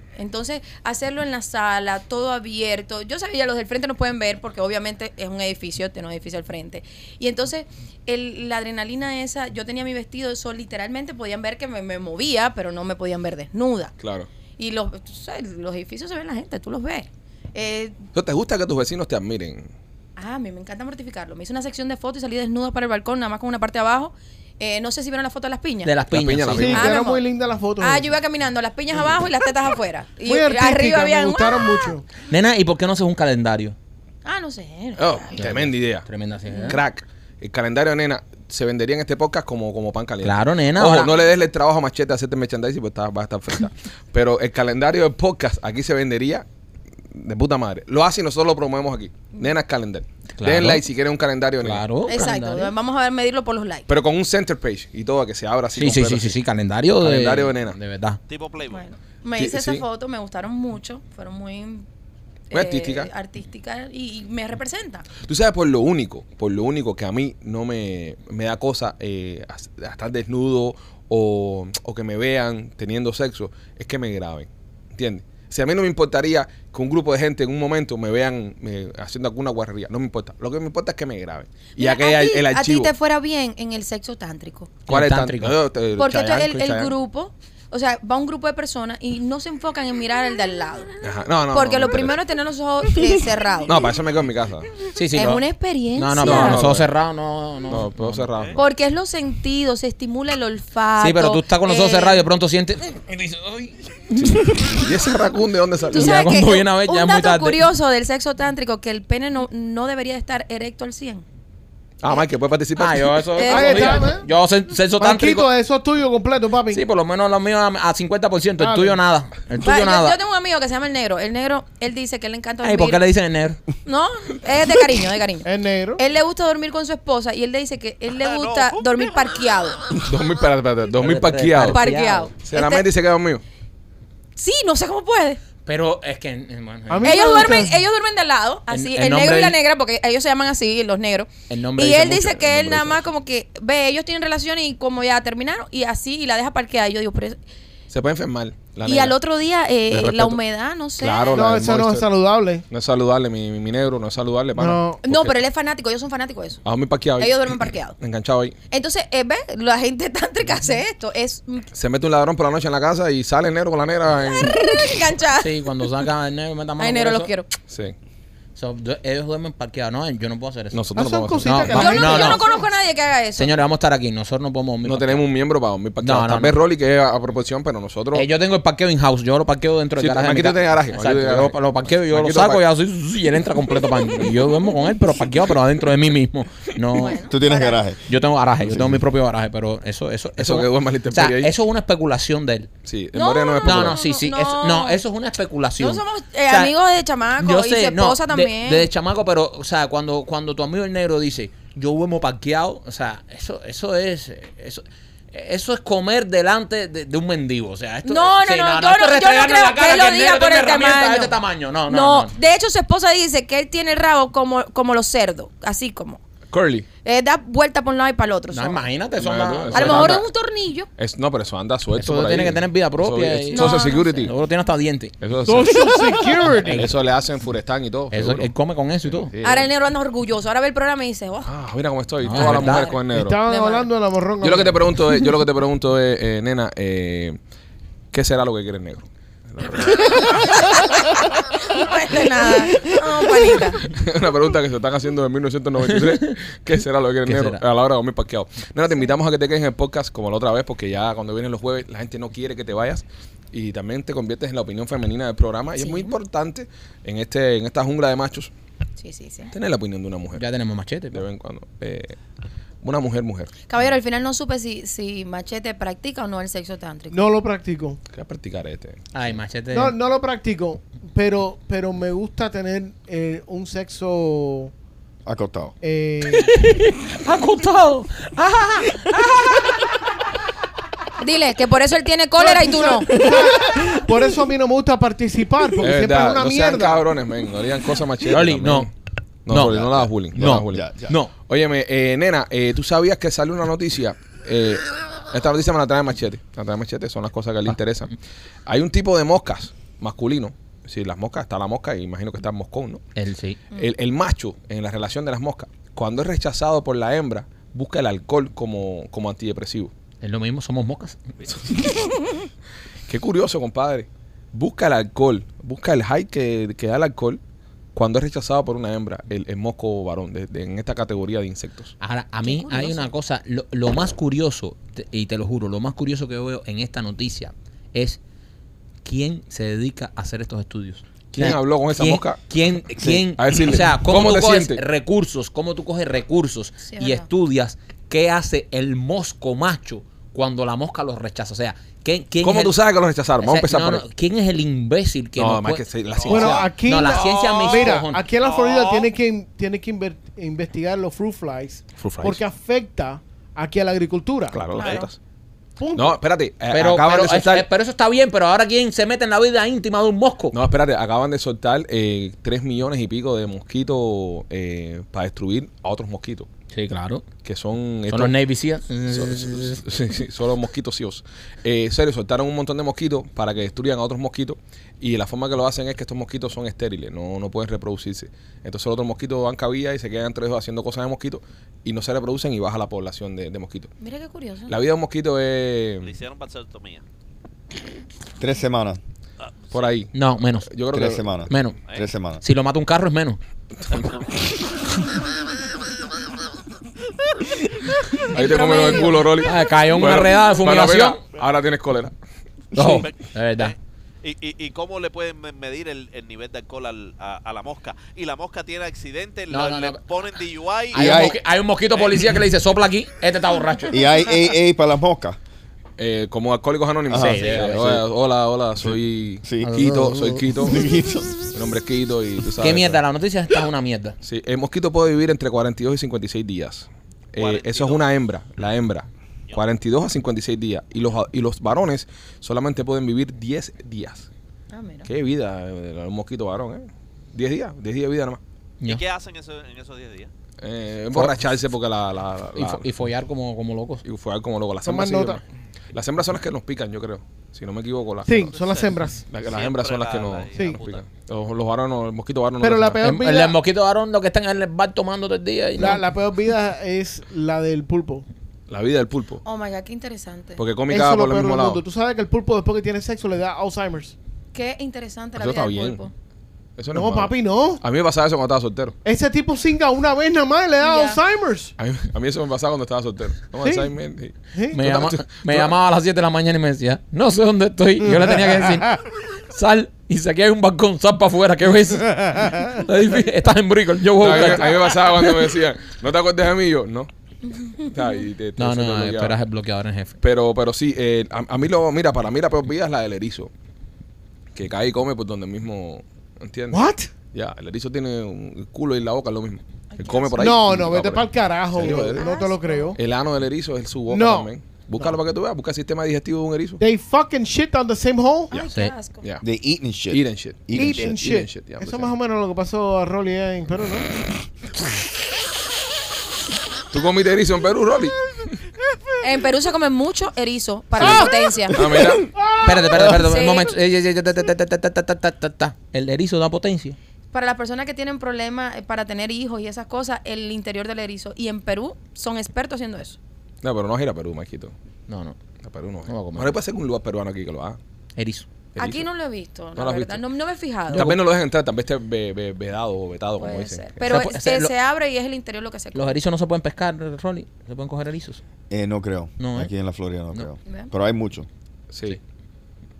H: Entonces, hacerlo en la sala, todo abierto. Yo sabía, los del frente no pueden ver porque obviamente es un edificio, tiene un edificio al frente. Y entonces, el- la adrenalina esa, yo tenía mi vestido, eso literalmente podían ver que me, me movía, pero no me podían ver desnuda.
C: Claro.
H: Y los, tú sabes, los edificios se ven la gente, tú los ves. Eh,
C: ¿No te gusta que tus vecinos te admiren?
H: Ah, a mí me encanta mortificarlo. Me hice una sección de fotos y salí desnuda para el balcón, nada más con una parte de abajo. Eh, no sé si vieron la foto de las piñas.
D: De las piñas.
C: piña, la
D: sí.
E: Sí,
H: Ah,
E: que
H: mi
E: era
H: amor.
E: muy linda la foto.
H: Ah, yo iba caminando, las piñas abajo y las tetas afuera. Y
E: Muy
H: arriba
E: artística,
H: había
E: me gustaron
H: ¡ah!
E: mucho.
D: Nena, ¿y por qué no se usa un calendario?
H: Ah, no sé.
C: Oh, tremenda idea.
D: Tremenda sí, ¿eh?
C: Crack. El calendario, nena, se vendería en este podcast como, como pan caliente.
D: Claro, nena,
C: Ojo,
D: ahora-
C: no le des el trabajo a Machete a hacerte merchandising porque está, va a estar frita. Pero el calendario del podcast aquí se vendería de puta madre. Lo hace y nosotros lo promovemos aquí. Nena, calendar.
D: Claro.
C: Den like si quieren un calendario, nena.
E: Oh,
D: Claro.
H: Exacto,
D: calendario.
H: vamos a ver medirlo por los likes.
C: Pero con un center page y todo, que se abra así.
D: Sí, sí,
C: completo.
D: sí, sí, sí, calendario de.
C: Calendario de nena.
D: De verdad.
G: Tipo Playboy.
H: Bueno, me
C: Sí,
H: hice esa
C: sí.
H: foto, me gustaron mucho, fueron muy Eh,
C: artística.
H: artísticas y, y me representan.
C: Tú sabes, por lo único, por lo único que a mí no me, me da cosa eh, as- a estar desnudo o, o que me vean teniendo sexo, es que me graben. ¿Entiendes? Si a mí no me importaría que un grupo de gente en un momento me vean eh, haciendo alguna guarrería, no me importa. Lo que me importa es que me graben. Y
H: Mira,
C: ya que
H: a
C: hay
H: ti-
C: el archivo.
H: A ti te fuera bien en el sexo tántrico.
C: ¿Cuál es tan-
D: Tántrico.
C: No, no, te-
H: Porque esto es
C: Chayanne,
H: el,
C: con
H: el
C: Chayanne.
H: grupo, o sea, va un grupo de personas y no se enfocan en mirar al de al lado.
C: Ajá. No, no,
H: Porque
C: no,
H: lo
C: no,
H: primero es tener los ojos eh, cerrados.
C: No, para eso me quedo en mi casa.
D: Sí, sí.
H: es
D: lo-
H: una experiencia.
D: No, no, pero
C: No,
D: los
C: no,
D: ojos
C: no.
D: cerrados no. no,
C: No, puedo cerrar.
H: Porque es los sentidos, se estimula el olfato.
D: Sí, pero tú estás con los ojos
H: eh,
D: cerrados y de pronto sientes.
C: ¿Y ese racún de dónde salió?
H: Tú
D: Ya
H: sabes que
D: cuando viene a ver,
H: un
D: ya es muy
H: dato
D: tarde.
H: curioso del sexo tántrico que el pene no, no debería estar erecto al 100.
C: Ah, Mike, ¿puedes participar?
D: Ah, yo eso.
H: Eh,
D: todos
E: ahí
D: los días.
E: está, ¿eh?
D: Yo sen- sexo tántrico.
E: Marquito, eso es tuyo completo, papi.
D: Sí, por lo menos lo mío a, a 50%. El
E: Ah,
D: tuyo
E: bien.
D: nada. El
H: Va,
D: tuyo
H: yo,
D: nada.
H: yo tengo un amigo que se llama el negro. El negro, él dice que él le encanta
D: Ay,
H: dormir.
D: ¿por qué le dicen el negro?
H: No, es de cariño, de cariño.
E: Es negro.
H: Él le gusta dormir con su esposa y él le dice que él le
G: Ah, no.
H: gusta dormir parqueado.
C: Dos mil, espérate, espérate, dos mil
D: Espérate,
C: parqueados.
D: espérate.
H: Parqueado.
C: Sinceramente,
H: Este-
C: se quedó mío.
H: sí, no sé cómo puede.
D: Pero es que. eh, bueno,
E: A mí me
H: Ellos
E: gusta.
H: duermen, ellos duermen de lado, así,
D: el
H: el, negro
D: nombre-
H: y la negra, porque ellos se llaman así, los negros.
D: El nombre
H: y
D: dice
H: él dice
D: mucho, el
H: que él
D: nombre
H: nada
D: dice
H: más
D: mucho.
H: como que ve, ellos tienen relación y como ya terminaron, y así, y la deja parqueada. Y yo digo, pero es-
C: Se puede enfermar. la
H: y
C: negra.
H: al otro día,
C: Le
H: eh, la
C: respeto.
H: humedad, no sé.
C: Claro, la
E: No,
C: del
E: eso no es
C: Monster.
E: saludable.
C: No es saludable, mi, mi, mi negro, no es saludable, pana.
E: No.
H: No, pero él es fanático, ellos son fanáticos de eso.
D: Ah,
C: A mí parqueado. ahí.
H: Ellos duermen parqueados.
C: Enganchado ahí.
H: Entonces, eh, ve, la gente tántrica hace esto, es mm,
C: Se mete un ladrón por la noche en la casa y sale el negro con la negra. en-
H: enganchada.
D: Sí, cuando saca el negro, meta mano
H: Ay, negro,
D: por
H: los
D: eso.
H: quiero.
C: Sí.
D: So, du- ellos duermen parqueados. No, yo no puedo hacer eso.
C: Nosotros no
E: Ah, son
C: podemos hacer-
E: cositas que-
D: No,
H: Yo no,
D: no,
H: yo no
D: no.
H: conozco a nadie que haga eso.
D: Señores, vamos a estar aquí. Nosotros no podemos dormir
C: No tenemos un miembro para dormir parqueado.
D: No, no,
C: Tal vez
D: no.
C: Rolly que es a, a proporción, pero nosotros.
D: Eh, yo tengo el parqueo in-house, yo lo parqueo dentro
C: Sí,
D: del garaje. de mi
C: Marquito
D: casa.
C: tiene garaje,
D: Exacto,
C: Marquito tiene
D: yo lo parqueo, yo
C: Marquito
D: lo saco
C: par-
D: y, así, sí, sí, y él entra completo para mí. Y yo duermo con él, pero parqueado, pero adentro de mí mismo. No.
H: Bueno.
F: Tú tienes garaje.
D: Yo tengo garaje, yo tengo mi propio garaje, pero eso, eso, eso,
C: que duerma el
D: o sea,
C: intemperie ahí.
D: eso es una especulación de él.
C: Sí, el
H: No,
C: Moreno no es
D: No,
C: popular.
D: no, sí, sí.
H: no.
D: Eso, no, eso es una especulación.
H: No somos, eh,
D: O sea,
H: amigos de chamaco y su esposa
D: no, de-
H: también.
D: de chamaco, pero, o sea, cuando, cuando tu amigo el negro dice, yo duermo parqueado, o sea, eso, eso es, eh, eso, eso es comer delante de, de un mendigo, o sea, esto,
H: no, no,
D: sí,
H: no, yo
D: esto es
H: no, yo no
D: restregarle en la
H: creo que
D: cara
H: él lo
D: el
H: diga
D: negro
H: por
D: tiene
H: el
D: herramientas
H: tamaño.
D: de este tamaño, no, no, no.
H: de hecho su esposa dice que él tiene el rabo como, como los cerdos, así como.
C: Curly.
H: Eh, da vuelta por un lado y para el otro.
D: No,
H: son.
D: imagínate, son
C: Imagínate,
D: las-
C: eso
H: a lo
C: Eso
H: mejor
C: anda.
H: es un tornillo.
C: Es, no, pero eso anda suelto.
D: Eso
C: por
D: tiene
C: ahí.
D: que tener vida propia
C: Eso,
D: y-
C: Social
H: No, no
C: Security.
D: Seguro tiene hasta dientes.
C: Eso,
E: Social Security.
C: eso le hacen Furestán y todo.
D: Eso,
C: seguro.
D: él come con eso y todo.
C: Sí.
H: Ahora el negro anda orgulloso. Ahora ve el programa y dice, "Oh,
C: Ah, mira cómo estoy.
D: Ah,
C: Todas las
D: ¿verdad?
C: mujeres con el negro.
E: Estaban
H: De madre.
E: hablando de la morronga.
C: Yo lo que te pregunto es, yo lo que te pregunto es, eh, nena, eh, ¿qué será lo que quiere el negro?
H: no cuesta nada. No, panita.
C: Una pregunta que se están haciendo en 1993. ¿Qué será lo que quiere el
D: ¿Qué
C: negro
D: será?
C: a la hora de dormir parqueado? Nena, te invitamos a que te quedes en el podcast como la otra vez, porque ya cuando vienen los jueves la gente no quiere que te vayas. Y también te conviertes en la opinión femenina del programa. Y es muy importante en este en esta jungla de machos
H: Sí, sí, sí.
C: tener la opinión de una mujer.
D: Ya tenemos machete. pues.
C: De vez en cuando. Eh, una mujer, mujer.
H: Caballero, al final no supe si, si Machete practica o no el sexo tántrico.
E: No lo practico.
C: ¿Qué va a practicar este?
D: Ay, machete.
E: No, no lo practico, pero, pero me gusta tener eh, un sexo...
F: Acostado.
E: eh,
D: Acostado.
H: Dile que por eso él tiene cólera y tú no.
E: por eso a mí no me gusta participar, porque
C: Es
E: siempre
C: verdad,
E: es una
C: no sean
E: mierda.
C: cabrones, men. No digan cosas machistas.
D: Rolly,
C: también.
D: no.
C: No,
D: No.
C: Rolly, no le das bullying. No. le
D: No.
C: das bullying.
F: Ya, ya.
D: No.
C: Óyeme, eh, nena, eh, ¿tú sabías que salió una noticia? Eh, esta noticia me la trae Machete. La trae Machete, son las cosas que le interesan. Hay un tipo de moscas masculino. Sí, las moscas, está la mosca y imagino que está en moscón, ¿no?
D: Él sí.
E: Mm.
C: El, el macho, en la relación de las moscas, cuando es rechazado por la hembra, busca el alcohol como, como antidepresivo.
D: Es lo mismo, somos mocas.
C: Qué curioso, compadre. Busca el alcohol, busca el high que, que da el alcohol cuando es rechazado por una hembra, el, el mosco varón, de- de- en esta categoría de insectos.
D: Ahora, a mí hay una cosa, lo, lo más curioso, te- y te lo juro, lo más curioso que yo veo en esta noticia es quién se dedica a hacer estos estudios.
C: ¿Quién habló con esa
D: ¿quién-
C: mosca?
D: ¿Quién? quién
C: A decirle,
D: o sea, ¿cómo,
C: ¿cómo
D: tú
C: te
D: coges
C: sientes?
D: recursos? ¿Cómo tú coges recursos
H: Sí, es
D: y
H: verdad.
D: estudias qué hace el mosco macho cuando la mosca los rechaza? O sea, ¿quién, quién
C: ¿Cómo
D: es
C: tú
D: el-
C: sabes que los rechazaron? Vamos a
D: o
C: empezar
D: sea, no,
C: por
D: no,
C: ahí.
D: ¿Quién es el imbécil que
C: No,
D: nos
C: además
D: puede-
C: que se- la
E: Bueno, ah,
C: O sea,
E: aquí...
D: no, la ciencia me
E: Mira,
D: cojona.
E: aquí en la Florida tiene que, tiene que inver- investigar los fruit flies,
C: Fruit flies.
E: porque afecta aquí a la agricultura.
C: Claro,
G: Claro.
C: las frutas.
E: Punto.
C: No, espérate. eh,
D: Pero,
C: acaban
D: pero
C: de
D: eso,
C: soltar.
D: eh, pero eso está bien, pero ahora quién se mete en la vida íntima de un mosco.
C: No, espérate, acaban de soltar eh, 3 millones y pico de mosquitos eh, para destruir a otros mosquitos,
D: Sí, claro.
C: que son...
D: Son
C: estos-
D: los Navy Seals.
C: Sí, sí, solo mosquitos CEOs. Eh, serio, soltaron un montón de mosquitos para que destruyan a otros mosquitos. Y la forma que lo hacen es que estos mosquitos son estériles, no, no pueden reproducirse. Entonces los otros mosquitos van cabida y se quedan entre ellos haciendo cosas de mosquitos y no se reproducen y baja la población de, de mosquitos.
H: Mira qué curioso.
C: La vida de un mosquito
G: Le
C: es
G: hicieron vasectomía.
F: Tres semanas.
C: por ahí.
D: No, menos.
C: Yo creo
F: Tres
C: que
F: semanas.
D: Menos.
F: Tres semanas.
D: Si lo mata un carro es menos.
C: ahí te comen el culo, Rolly.
D: Ah, cayó en una redada de
C: bueno, mira,
D: fumigación.
C: ahora tienes cólera.
D: No,
G: Sí.
D: Oh, de verdad.
G: ¿Y, y, y cómo le pueden me- medir el, el nivel de alcohol al- a, a la mosca? Y la mosca tiene accidente,
D: No,
G: la-
D: no,
G: le
D: no.
G: ponen DUI.
D: Hay,
F: Y
D: un
F: hay-
D: mosqui- hay un mosquito policía que le dice, sopla aquí, este está borracho.
F: Y hay AA para las moscas.
C: Eh, como alcohólicos anónimos.
F: Ajá,
C: Sí,
F: sí,
C: eh,
F: sí.
C: hola, hola, hola, soy
F: Sí.
C: Quito, soy Quito. Mi nombre es Quito y tú sabes.
D: Qué mierda, la noticia está una mierda.
C: Sí, el mosquito puede vivir entre 42 y 56 días. Eh,
G: 42.
C: eso es una hembra, la hembra. 42 a 56 días. Y los, y los varones solamente pueden vivir 10 días.
H: Ah, mira.
C: Qué vida, eh, un mosquito varón, ¿eh? 10 días, 10 días de vida nada más.
G: ¿Y
D: Ya.
G: qué hacen eso- en esos 10 días?
C: Eh, emborracharse porque la... la, la-
D: Y, fo- y follar como, como locos.
C: y fue algo como loco. Las
E: Toman
C: hembras, sí,
E: nota.
C: las hembras son las que nos pican, yo creo. Si no me equivoco. Las
E: Sí,
C: que nos-
E: son las hembras.
C: la- las
G: Siempre
C: hembras son las que
G: la-
C: nos,
G: la
C: nos
E: hija de
C: pican. Los, los varones, el mosquito varón. no
E: Pero
C: le
E: la
C: hace nada.
E: peor
D: El,
E: vida-
D: el mosquito varón, los que están en el bar tomando todo el día. Y
E: La,
D: no.
E: la peor vida es la del pulpo.
C: La vida del pulpo.
H: Oh my god, qué interesante.
C: Porque
E: Eso
C: come
E: es
C: y caga
E: lo
C: por el
E: peor
C: mismo
E: del
C: lado.
E: mundo. Tú sabes que el pulpo después que tiene sexo le da Alzheimer's.
H: Qué interesante la
C: Eso
H: vida
C: está
H: del
C: bien.
H: cuerpo.
C: Eso Eso no,
E: No,
C: es malo.
E: papi, no.
C: A mí me pasaba eso cuando estaba soltero.
E: Ese tipo singa una vez nada más le da
H: Ya.
E: Alzheimer's. ¿Eh?
C: A mí, a mí eso me pasaba cuando estaba soltero. No,
E: Sí.
C: Alzheimer, sí.
E: ¿Sí?
C: Tú-
D: Me, llama-
C: tú-
D: me
C: tú-
D: llamaba a las 7 de la mañana y me decía, no sé dónde estoy. Yo le tenía que decir, sal. Y si aquí hay un balcón, sal para afuera, ¿qué ves? Le dije, Estás en Brickell, yo voy
C: No,
D: a
C: a, mí,
D: buscarte".
C: a mí me pasaba cuando me decían, ¿no te acuerdas de mí? Y yo, no. Ah, y te- te-
D: No,
C: se
D: no,
C: me
D: no,
C: bloqueaba.
D: esperas el bloqueador en jefe.
C: Pero, pero sí, eh, a, a mí lo, mira, para mí la peor vida es la del erizo. Que cae y come por donde mismo, ¿entiendes?
E: ¿What?
C: Ya, el erizo tiene un el culo y la boca es lo mismo. Él come por ahí.
E: No,
C: y va
E: no, vete
C: por
E: para
C: ahí.
E: el carajo.
C: ¿Serio? eh.
E: bro. No te lo creo.
C: El ano del erizo es su boca
E: No.
C: también. Búscalo para que tú veas, busca el sistema digestivo de un erizo.
E: They fucking shit on the same hole.
H: Ay,
D: Sí.
H: qué asco.
C: Ya.
F: They eating shit.
C: Eating shit.
F: Eating
E: Eat and
F: shit.
E: shit.
C: Eating shit, ya,
E: Eso
C: pues,
E: más
C: sí.
E: o menos lo que pasó a Rolly allá en Perú, ¿no?
C: ¿Tú comiste erizo en Perú, Rolly?
H: En Perú se comen mucho erizo para la potencia.
C: Ah, mira.
D: Espérate, espérate, espérate,
H: Sí.
D: un momento. Eh, eh, eh, ta, ta, ta, ta, ta, ta, ta, ta, ta. El erizo da potencia.
H: Para las personas que tienen problemas eh, para tener hijos y esas cosas, el interior del erizo. Y en Perú son expertos haciendo eso.
C: No, pero no es ir a Perú, Maquito.
D: No, no,
C: A Perú no es.
D: No va a comer.
C: Bueno, puede ser un lugar peruano aquí que lo haga.
D: erizo.
H: Aquí no lo he visto,
C: No
H: la
C: lo has
H: verdad.
C: visto.
H: No, no me he fijado.
C: Tal vez no lo dejen entrar, tal vez esté ve- ve- vedado o vetado, como
H: Puede
C: dicen.
H: ser. Pero
D: Se pu-
H: se,
D: se- lo-
H: se abre y es el interior lo que se
D: Los
H: come.
D: erizos no se pueden pescar, Rolly. Se pueden coger erizos.
F: Eh, no creo.
D: No, ¿eh?
F: Aquí en la Florida no,
D: No.
F: creo.
H: ¿Ve?
F: Pero hay mucho.
C: Sí.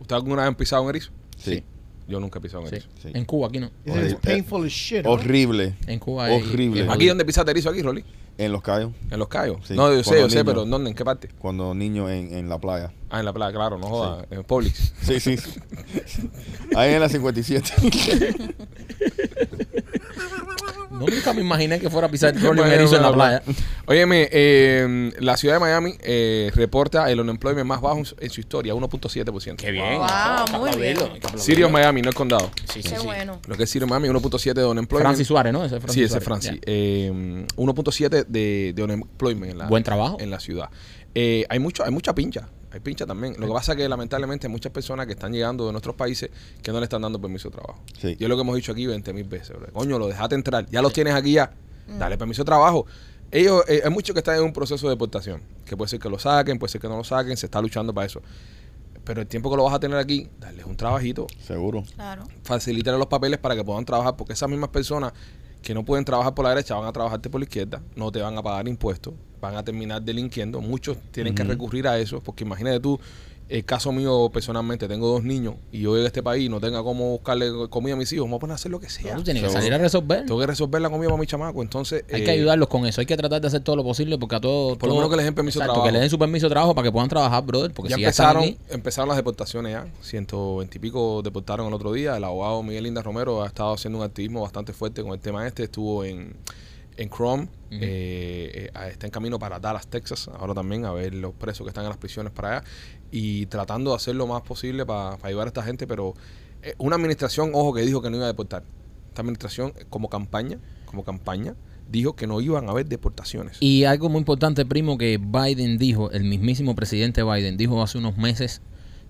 C: ¿Usted alguna vez han pisado un erizo?
F: Sí.
C: Yo nunca he pisado un
D: Sí.
C: erizo.
F: Sí.
D: En Cuba, aquí no.
E: It is
F: Horrible.
E: painful as shit. ¿no?
F: Horrible.
D: En Cuba hay-
F: Horrible.
D: es
C: ¿Aquí dónde pisaste erizo aquí, Rolly?
F: En Los Cayos.
C: En Los Cayos.
F: Sí,
C: No, yo sé,
F: cuando
C: yo sé,
F: niño.
C: pero ¿dónde? ¿En qué parte?
F: Cuando niño en, en la playa.
C: Ah, en la playa, claro, no joda. En Publix.
F: Sí, sí. Ahí en la 57.
D: No, nunca me imaginé que fuera a pisar Rolly un erizo en la playa.
C: Óyeme, eh, la ciudad de Miami eh, reporta el unemployment más bajo en su historia, 1.7%. Qué bien.
H: Wow, muy bien.
C: Sirius Miami, no el condado.
H: Qué bueno.
C: Lo que es Sirius Miami, 1.7 de unemployment.
D: Francis Suárez, ¿no? Ese es Francis
C: Sí, ese es
D: Suárez.
C: Francis.
D: Ya.
C: Eh, 1.7 de, de unemployment en la,
D: Buen trabajo.
C: en la ciudad. Eh, hay mucho, hay mucha pincha. Hay pincha también. Lo que pasa es que lamentablemente hay muchas personas que están llegando de nuestros países que no le están dando permiso de trabajo.
F: Sí.
C: Y es lo que hemos dicho aquí 20 mil veces. bro. Coño, lo dejate entrar. Ya los tienes aquí ya. Dale permiso de trabajo. Ellos, eh, hay muchos que están en un proceso de deportación. Que puede ser que lo saquen, puede ser que no lo saquen. Se está luchando para eso. Pero el tiempo que lo vas a tener aquí, darles un trabajito
F: Seguro.
H: Claro.
C: facilitar los papeles para que puedan trabajar, porque esas mismas personas que no pueden trabajar por la derecha van a trabajarte por la izquierda, no te van a pagar impuestos, van a terminar delinquiendo. Muchos tienen que recurrir a eso, porque imagínate tú, el caso mío personalmente, tengo dos niños y yo llego a este país y no tenga cómo buscarle comida a mis hijos, vamos a poner a hacer lo que sea.
D: No, Tú tienes que
F: Seguro.
D: salir a resolver.
C: Tengo que resolver la comida para mi chamaco, entonces...
D: Hay
C: eh,
D: que ayudarlos con eso. Hay que tratar de hacer todo lo posible porque a todos.
C: Por lo
D: todos-
C: menos que les den permiso de
D: Exacto,
C: trabajo.
D: que les den su permiso de trabajo para que puedan trabajar, brother. Porque
C: ya
D: si ya están
C: empezaron,
D: aquí.
C: empezaron las deportaciones ya. 120 y pico deportaron el otro día. El abogado Miguel Linda Romero ha estado haciendo un activismo bastante fuerte con el tema este. Estuvo en, en Chrome. eh, eh, está en camino para Dallas, Texas. Ahora también a ver los presos que están en las prisiones para allá. Y tratando de hacer lo más posible para ayudar a esta gente. Pero eh, una administración, ojo, que dijo que no iba a deportar. Esta administración, eh, como campaña, como campaña, dijo que no iban a haber deportaciones.
D: Y algo muy importante, primo, que Biden dijo, el mismísimo presidente Biden dijo hace unos meses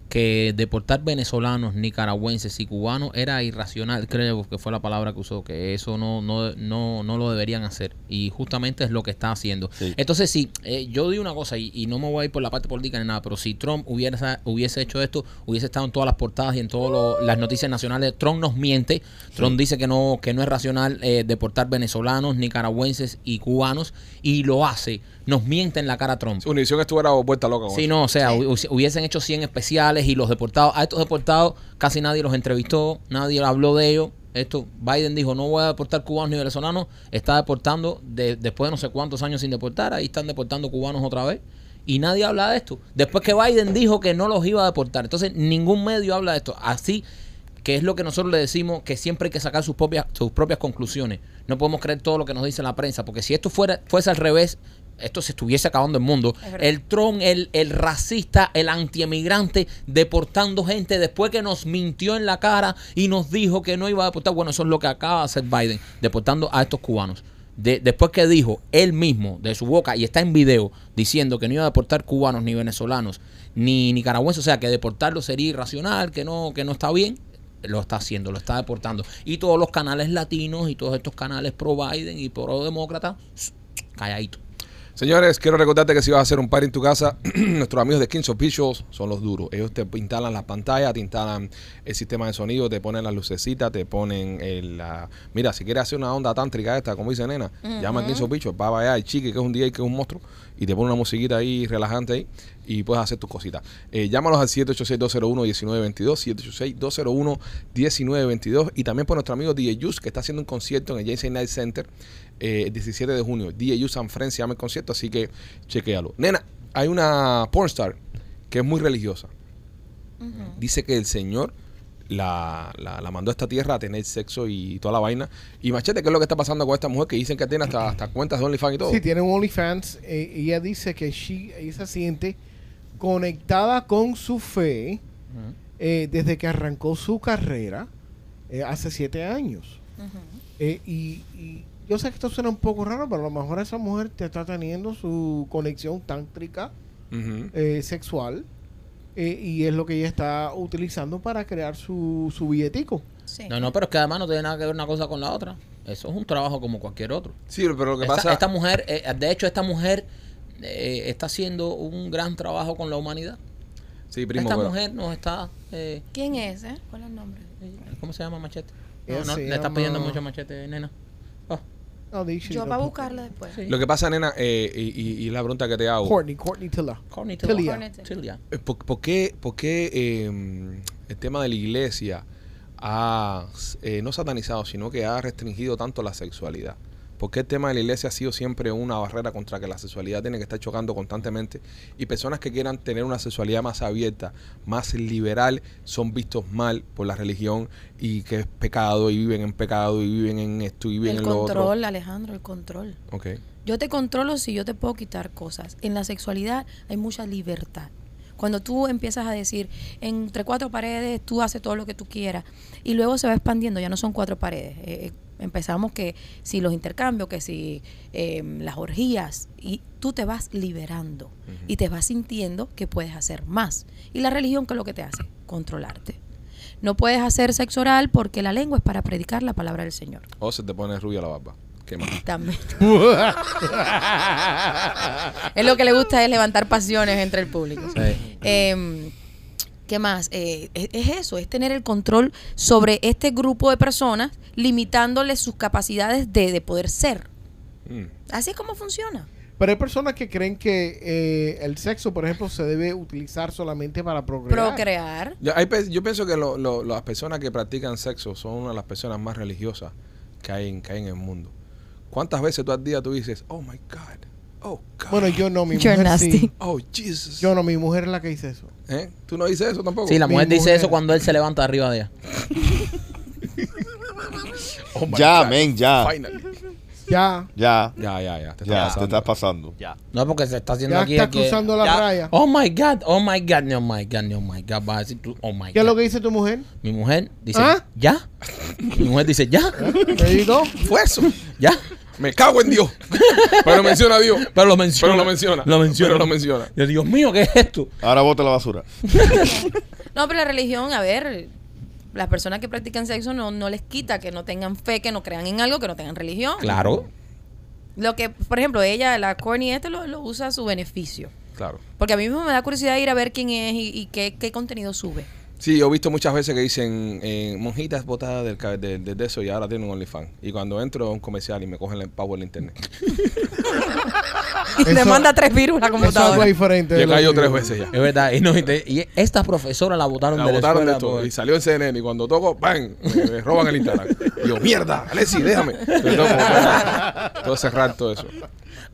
D: que deportar venezolanos, nicaragüenses y cubanos era irracional, creo que fue la palabra que usó, que eso no no no, no lo deberían hacer. Y justamente es lo que está haciendo.
F: Sí.
D: Entonces sí, eh, yo digo una cosa y, y no me voy a ir por la parte política ni nada, pero si Trump hubiese, hubiese hecho esto, hubiese estado en todas las portadas y en todas las noticias nacionales, Trump nos miente, Trump dice que no, que no es racional eh, deportar venezolanos, nicaragüenses y cubanos, y lo hace, nos miente en la cara Trump.
C: Si Univision estuviera vuelta loca con
D: Sí,
C: eso.
D: no, o sea, hu- hubiesen hecho 100 especiales y los deportados, a estos deportados casi nadie los entrevistó, nadie habló de ellos. Esto, Biden dijo, no voy a deportar cubanos ni venezolanos, está deportando de- después de no sé cuántos años sin deportar, ahí están deportando cubanos otra vez. Y nadie habla de esto. Después que Biden dijo que no los iba a deportar. Entonces, ningún medio habla de esto. Así que es lo que nosotros le decimos que siempre hay que sacar sus propias, sus propias conclusiones. No podemos creer todo lo que nos dice la prensa, porque si esto fuera, fuese al revés, esto se estuviese acabando el mundo.
H: Es verdad.
D: El Trump, el, el racista, el antiemigrante, deportando gente después que nos mintió en la cara y nos dijo que no iba a deportar. Bueno, eso es lo que acaba de hacer Biden, deportando a estos cubanos. De- después que dijo él mismo de su boca y está en video diciendo que no iba a deportar cubanos ni venezolanos ni nicaragüenses, o sea que deportarlos sería irracional, que no, que no está bien, lo está haciendo, lo está deportando. Y todos los canales latinos y todos estos canales pro Biden y pro demócrata, calladito.
C: Señores, quiero recordarte que si vas a hacer un par en tu casa, nuestros amigos de Kinso Pichos son los duros. Ellos te instalan las pantallas, te instalan el sistema de sonido, te ponen las lucecitas, te ponen el, la... Mira, si quieres hacer una onda tántrica esta, como dice nena, llama a Kinso Pichos, va allá el chique, que es un DJ, que es un monstruo, y te pone una musiquita ahí relajante ahí y puedes hacer tus cositas. Eh, llámalos al 786-201-1922, 786-201-1922 y también por nuestro amigo DJ Yus, que está haciendo un concierto en el JC Night Center eh, el 17 de junio. DJ Yus San Fran se llama el concierto, así que chequéalo. Nena, hay una pornstar que es muy religiosa. Dice que el Señor la, la, la mandó a esta tierra a tener sexo y toda la vaina. Y machete, ¿qué es lo que está pasando con esta mujer que dicen que tiene hasta, hasta cuentas de OnlyFans y todo?
E: Sí, tiene un OnlyFans. eh, ella dice que she- ella se siente conectada con su fe eh, desde que arrancó su carrera eh, hace siete años. Eh, y, y yo sé que esto suena un poco raro, pero a lo mejor esa mujer te está teniendo su conexión tántrica
C: Ujú.
E: eh, sexual eh, y es lo que ella está utilizando para crear su, su billetico.
H: Sí.
D: No, no, pero es que además no tiene nada que ver una cosa con la otra. Eso es un trabajo como cualquier otro.
C: Sí, pero lo que
D: esta,
C: pasa...
D: esta mujer, eh, de hecho, esta mujer eh, está haciendo un gran trabajo con la humanidad.
C: sí, primo,
D: esta
C: pero-
D: mujer nos está. eh,
H: ¿Quién es? eh? ¿Cuál es el nombre?
D: ¿Cómo se llama machete?
E: Ella
D: No, no,
E: se
D: le estás
E: llama-
D: pidiendo mucho machete, nena. Ah,
E: No, they should
H: Yo
E: go
H: para
E: to-
H: buscarla después.
D: Sí.
C: Lo que pasa, nena, eh, y, y- y la pregunta que te hago.
E: Courtney, Courtney Tilla.
D: Courtney
E: Tilia.
D: Tilia. Tilia.
C: Eh, ¿Por, por qué, por qué, eh, el tema de la iglesia ha eh, no satanizado, sino que ha restringido tanto la sexualidad? ¿Por qué el tema de la iglesia ha sido siempre una barrera contra que la sexualidad tiene que estar chocando constantemente? Y personas que quieran tener una sexualidad más abierta, más liberal, son vistos mal por la religión y que es pecado y viven en pecado y viven en esto y viven
H: El
C: en lo otro.
H: control, Alejandro, el control.
C: Ok.
H: Yo te controlo si yo te puedo quitar cosas. En la sexualidad hay mucha libertad. Cuando tú empiezas a decir, entre cuatro paredes, tú haces todo lo que tú quieras. Y luego se va expandiendo, ya no son cuatro paredes. Eh, eh, empezamos que si los intercambios, que si eh, las orgías, y tú te vas liberando y te vas sintiendo que puedes hacer más. Y la religión, ¿qué es lo que te hace? Controlarte. No puedes hacer sexo oral porque la lengua es para predicar la palabra del Señor.
C: O se te pone rubia la barba. ¿Qué más?
H: También. es lo que le gusta es levantar pasiones entre el público. Eh, ¿Qué más? Eh, es, es eso, es tener el control sobre este grupo de personas, limitándoles sus capacidades de, de poder ser.
C: Mm.
H: Así es como funciona.
E: Pero hay personas que creen que eh, el sexo, por ejemplo, se debe utilizar solamente para procrear.
H: Procrear.
C: Yo, hay pe- yo pienso que lo- lo- las personas que practican sexo son una de las personas más religiosas que hay, en- que hay en el mundo. ¿Cuántas veces tú al día tú dices, oh my God, oh God,
E: Bueno, yo no, mi
H: You're
E: mujer
H: nasty.
E: sí.
C: oh Jesus?
E: Yo no, mi mujer es la que dice eso.
C: ¿Eh? ¿Tú no dices eso tampoco?
D: Sí, la
E: Mi
D: mujer dice
E: mujer.
D: eso cuando él se levanta arriba de ella.
C: Oh my
F: Ya,
C: God,
F: men, ya.
C: finally.
E: Ya,
F: Ya,
C: Ya, ya, ya. Te
F: ya,
C: está pasando.
F: te estás pasando.
G: Ya.
D: No, porque se está haciendo
E: ya
D: aquí.
E: está
D: el que-
E: cruzando la
D: Ya.
E: raya.
D: Oh my God, oh my God, no my God, no my God. Vas a decir tú, oh my
E: ¿Qué es lo
D: God.
E: que dice tu mujer?
D: Mi mujer dice,
E: ¿Ah?
D: ¿ya? Mi mujer dice, ¿ya?
E: ¿Te digo?
C: Fue eso.
D: ¿Ya?
C: Me cago en Dios. Pero menciona a Dios.
D: Pero lo menciona.
C: Pero lo menciona.
D: Lo menciona.
C: Pero lo menciona.
D: Yo, Dios mío, ¿qué es esto?
F: Ahora bota la basura.
H: No, pero la religión, a ver, las personas que practican sexo no, no les quita que no tengan fe, que no crean en algo, que no tengan religión.
D: Claro.
H: Lo que, por ejemplo, ella, la Corny, este lo, lo usa a su beneficio.
C: Claro.
H: Porque a mí mismo me da curiosidad ir a ver quién es y, y qué, qué contenido sube.
C: Sí, yo he visto muchas veces que dicen eh, monjitas botadas del, ca- de, de- de eso y ahora tienen un OnlyFans. Y cuando entro a un comercial y me cogen el power del internet.
H: Y te
E: Eso-
H: manda tres virus la
E: Eso es algo
H: computadora.
E: diferente. de
C: Ya
E: lo
C: cayó
E: que
C: tres
E: yo-
C: veces ya.
D: Es verdad. Y, no, y te- y esta profesora la votaron
C: La
D: de la
C: botaron de
D: escuela
C: esto
D: por-
C: y salió en CNN y cuando toco, ¡bam! Me, me roban el Instagram. Y yo, mierda, Alexi, déjame. Entonces tengo que volver. Tengo que cerrar todo eso.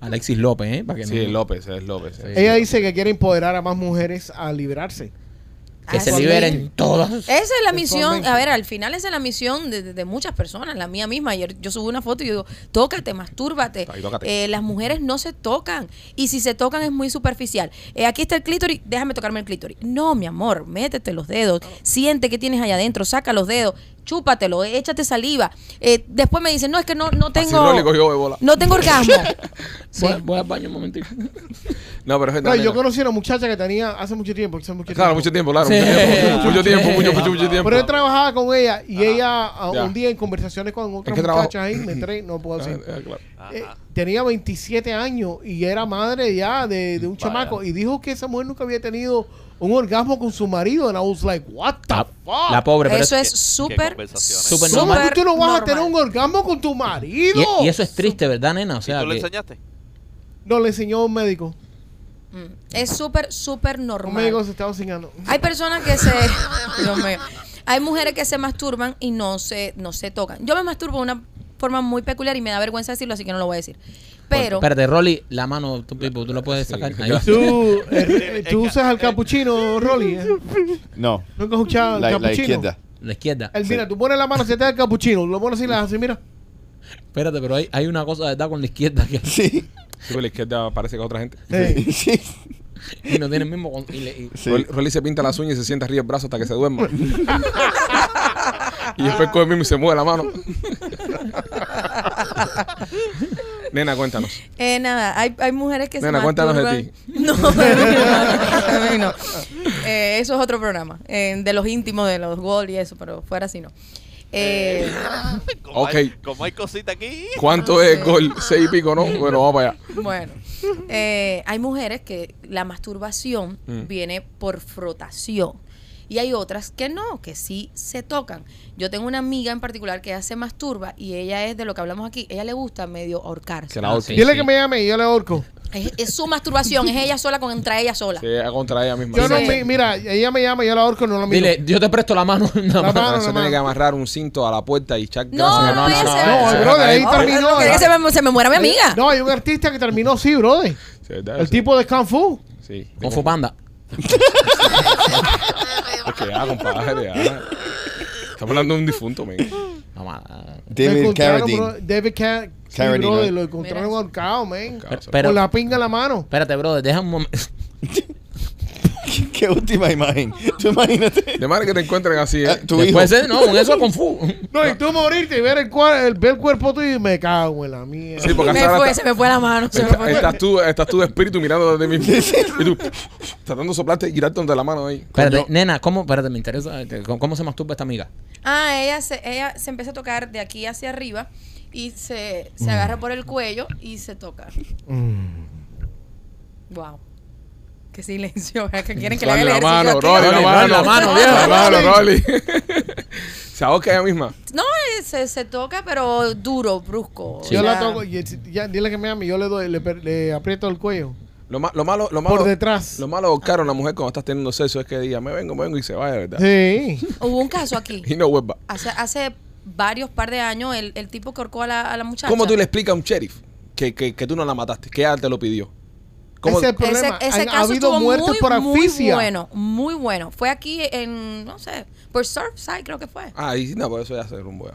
D: Alexis López, ¿eh? Para que
C: Sí,
D: no-
C: López, es López. eh.
E: Ella dice que quiere empoderar a más mujeres a liberarse.
D: Que se
H: Así.
D: liberen todas.
H: Esa es la misión,
E: Sexualmente.
H: a ver, al final esa es la misión de, de- de muchas personas, la mía misma. Ayer yo subí una foto y yo digo, tócate, mastúrbate.
C: Ahí, tócate.
H: Eh, las mujeres no se tocan y si se tocan es muy superficial. Eh, aquí está el clítoris, déjame tocarme el clítoris. No, mi amor, métete los dedos,
E: Oh.
H: siente que tienes allá adentro, saca los dedos, chúpatelo, eh, échate saliva. Eh, después me dicen, no, es que no, no tengo...
C: Así no le cogió ébola.
H: No tengo orgasmo. Sí.
D: Voy, voy al baño un momentito.
C: No, pero es
E: No,
C: verdad,
E: yo
C: nena.
E: conocí a una muchacha que tenía hace mucho tiempo. Hace mucho
C: Claro,
E: tiempo.
C: mucho tiempo, claro.
D: Sí.
C: Mucho tiempo, mucho, mucho
D: Sí.
C: tiempo, mucho, mucho, mucho tiempo.
E: Pero yo trabajaba con ella y ella a-
C: Ya.
E: un día en conversaciones con
C: ¿En
E: otras
C: qué trabajo?
E: muchachas ahí me entré, no puedo
C: Ah,
E: decir.
C: ah, claro.
E: eh, tenía 27 años y era madre ya de, de un
G: Vaya.
E: chamaco y dijo que esa mujer nunca había tenido un orgasmo con su marido. And I was like, what the
D: La,
E: fuck?
D: la pobre, pero
H: Eso
D: es-
H: es súper,
G: conversaciones.
D: súper
E: ¿Cómo
D: normal.
E: que tú no vas a
H: normal.
E: tener un orgasmo con tu marido?
D: y, y eso es triste, ¿verdad, nena? O sea,
G: ¿Y tú le
D: que-
G: enseñaste?
E: No, le enseñó un médico.
H: mm, es súper, súper
E: Un médico
H: normal.
E: se estaba enseñando.
H: Hay personas que se... Dios mío. Hay mujeres que se masturban y no se, no se tocan. Yo me masturbo de una forma muy peculiar y me da vergüenza decirlo, así que no lo voy a decir. Pero...
D: espérate, Rolly, la mano, tú, Pipo, tú lo puedes sacar. Ahí.
E: Tú, eh, tú usas al capuchino, Rolly. ¿eh?
F: No,
E: Nunca has
C: Ah,
E: escuchado al
F: la, la
E: capuchino.
F: izquierda.
D: La izquierda.
E: Él, mira, tú pones la mano, se te da el capuchino. Lo pones así, la haces así, mira.
D: Espérate, pero hay, hay una cosa de verdad con la izquierda que
F: Sí,
C: Tipo, la izquierda parece que es otra gente.
E: Eh,
F: sí,
D: y no tiene el mismo. con- y le- y-
F: sí.
C: Rolly, Rolly se pinta las uñas y se sienta arriba del brazo hasta que se duerma. y después coge el mismo y se mueve la mano. Nena, cuéntanos.
H: Eh, nada, hay, hay mujeres que
C: Nena,
H: se
C: cuéntanos de
H: masturban.
C: ti.
H: No, a mí no. Eh, eso es otro programa. eh, de los íntimos, de los gol y eso, pero fuera así no. Eh,
G: Como,
C: Ok.
G: hay, como hay cosita aquí.
C: ¿Cuánto es el gol? ¿Seis y pico, no? Bueno, vamos para allá.
H: bueno, eh, hay mujeres que la masturbación
C: Mm.
H: viene por frotación. Y hay otras que no, que sí se tocan. Yo tengo una amiga en particular que ella se masturba y ella es de lo que hablamos aquí. Ella le gusta medio ahorcarse.
C: Que la
D: Ah, sí.
C: otra.
E: Dile que me llame y yo le ahorco.
H: Es, es su masturbación, es ella sola contra ella sola.
C: Se haga contra ella misma.
E: Yo no,
H: Sí.
E: mi- mira, ella me llama y yo la ahorco, no la miro.
D: Dile, yo te presto la mano. nada
E: La
D: más.
E: mano,
C: Eso
E: la
C: tiene que
E: mano.
C: amarrar un cinto a la puerta y echar
H: No, no, no,
E: no,
H: ese-
E: no,
H: ese-
E: el brother ahí
H: Oh,
E: terminó,
H: no quería que
E: ¿verdad?
H: se me, se me muera mi amiga.
E: No, hay un artista que terminó así, brother.
C: Sí, ¿verdad?
E: El
C: Ah, Sí.
E: tipo de Kung Fu.
C: Sí.
D: Con Fopanda.
C: Es que ya, compadre, ya. Estamos hablando de un difunto, men.
D: No, ma-
E: Lo
F: David
E: encontraron, bro-
F: Carradine.
E: David Car- sí,
F: Carradine,
E: brother,
F: ¿no?
E: lo encontraron
H: Mira.
E: ahorcado, man.
C: Ahorcado.
D: Pero-
E: Con la pinga en la mano.
D: Espérate, brother, deja un momento.
F: Qué última imagen. Tú imagínate.
C: De manera que te encuentren así. ¿eh?
F: Ah, tu hijo.
D: Después de- no, con eso con Fu.
E: No, y tú morirte y ver el, cuer- el, ver el cuerpo tuyo y me cago en la mierda.
C: Sí, porque
H: Me
C: hasta ahora
H: fue,
C: está-
H: se me fue la mano. se me
C: está-
H: fue.
C: estás, tú, estás tú de espíritu mirando desde mismo. Y tú tratando de soplarte y girarte donde la mano ahí.
D: Espérate, nena, ¿cómo? Espérate, me interesa. eh, ¿Cómo, cómo se masturba esta amiga?
H: Ah, ella se, ella se empieza a tocar de aquí hacia arriba y se, se agarra por el cuello y se toca. Wow. Qué silencio. ¿verdad? Que quieren que le haga
C: Rolly,
H: el
C: la mano,
H: ejercicio
C: Rolly,
H: aquí?
C: la
D: Rolly,
C: mano.
D: la mano, viejo.
C: La mano, Rolly. Se ahoga ella misma.
H: No, eh, se, se toca, pero duro, brusco. o
E: Yo
H: sea,
E: la toco, y, ya, dile que me llame, yo le doy, le, per- le aprieto el cuello.
C: Lo, ma- lo malo, lo malo.
E: Por detrás.
C: Lo malo, Caro, la mujer cuando estás teniendo sexo es que diga, me vengo, me vengo y se vaya, ¿verdad?
E: Sí.
H: Hubo un caso aquí.
C: Y no vuelva.
H: Hace, hace varios par de años, el, el tipo que ahorcó a la, a la muchacha.
C: ¿Cómo tú le explicas a un sheriff que, que, que tú no la mataste? Que ella te lo pidió. ¿Cómo-
E: Ese es el problema.
H: Ese, ese
E: Han-
H: caso
E: ha habido
H: estuvo
E: muertes
H: muy,
E: por asfixia.
H: Muy bueno, muy bueno. Fue aquí en, no sé, por Surfside creo que fue.
C: Ah, y no, por eso ya se rumbo ya.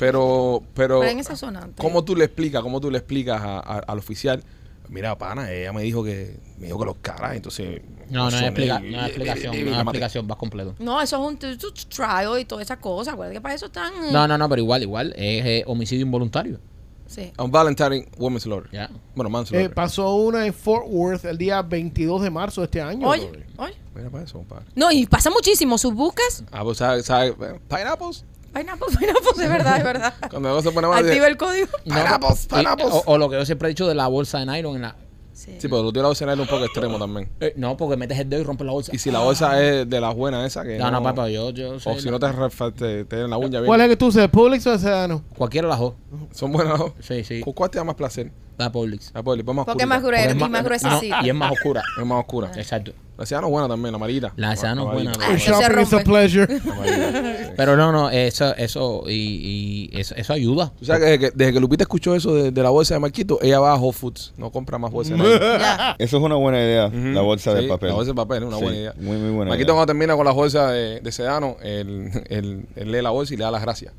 C: Pero, pero.
H: Pero en esa zona antes.
C: ¿Cómo tú le explicas, cómo tú le explicas a- a- al oficial? Mira, pana, ella me dijo que me dijo que los caras, entonces. eh,
D: No, no hay,
C: soné,
D: explica-
C: y-
D: no hay
C: y-
D: explicación,
C: y- y- la
D: no hay
C: maté.
D: explicación, vas completo.
H: No, eso es un t- t- t- trial y toda esa cosa. Acuérdate que para eso están...
D: Mm. No, no, no, pero igual, igual, es eh, homicidio involuntario.
H: Sí.
C: A un Valentine Women's Lord.
D: Ya.
C: Bueno,
E: Eh,
C: manslaughter.
E: pasó una en Fort Worth el día 22 de marzo de este año.
H: Oye, oye.
C: Mira para eso, compadre.
H: No, y pasa muchísimo. Sus buscas...
C: Ah, pues sabes, sabe, eh, pineapples.
H: Pineapple, pineapple, es pues, verdad, es verdad.
C: Cuando algo se pone mal.
H: Activa
C: dice,
H: el código.
D: No,
C: Pineapples,
D: y- eh, oh,
C: pineapples.
D: o, o lo que yo siempre he dicho de la bolsa de nylon en la.
H: Sí.
C: Sí, pero tú tienes la bolsa de nylon un poco extremo también.
D: Eh, no, porque metes el dedo y rompes la bolsa.
C: Y si la bolsa es de las buenas esa que
D: no, no, papá, yo, yo
C: O
D: soy
C: si
D: la-
C: no te, refa- te, te den la uña bien.
E: ¿Cuál es que tú usas, Publix o Ciudadano?
D: Cualquiera las dos.
C: Son buenas. ¿no?
D: Sí, sí.
C: ¿Cu- ¿Cuál te da más placer?
D: La Publix.
C: La poli, pues más Ah.
H: Porque es
C: oscurita.
H: más gruesa,
D: Porque es
H: y más gruesa,
D: no,
H: sí.
D: Y es más oscura.
C: Es más oscura.
D: Exacto.
C: La ciudadana es buena también, la amarillita.
D: La ciudadana es buena,
C: Amarillita.
H: Ah, eso se
E: Shopping is a
H: rompe.
E: pleasure.
C: Amarillita, sí.
D: Pero no, no, eso, eso, y, y eso, eso ayuda.
C: Tú sabes que desde, que desde que Lupita escuchó eso de, de la bolsa de Marquito, ella va a Whole Foods, no compra más bolsa. de nadie.
H: Ya.
F: Eso es una buena idea, la bolsa
C: Sí,
F: de papel.
C: La bolsa de papel es una
F: Sí,
C: buena idea.
F: Muy, muy buena
C: Marquito
F: idea.
C: cuando termina con la bolsa de, de Sedano, él, él- él lee la bolsa y le da las gracias.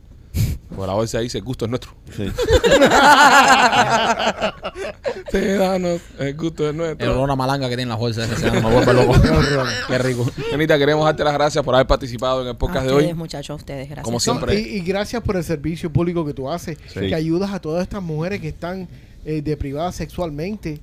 C: Porque la bolsa dice, el gusto es nuestro.
F: Sí.
C: Sedano, el gusto es
D: El
C: nuestro.
D: olor a malanga que tiene la bolsa de ese me vuelve loco. Qué rico.
C: Nenita, queremos darte las gracias por haber participado en el
H: A
C: podcast de
H: ustedes,
C: hoy.
H: muchachos, a ustedes, gracias.
C: Como
E: No,
C: siempre.
E: y, y gracias por el servicio público que tú haces,
F: Sí.
E: que ayudas a todas estas mujeres que están eh, deprivadas sexualmente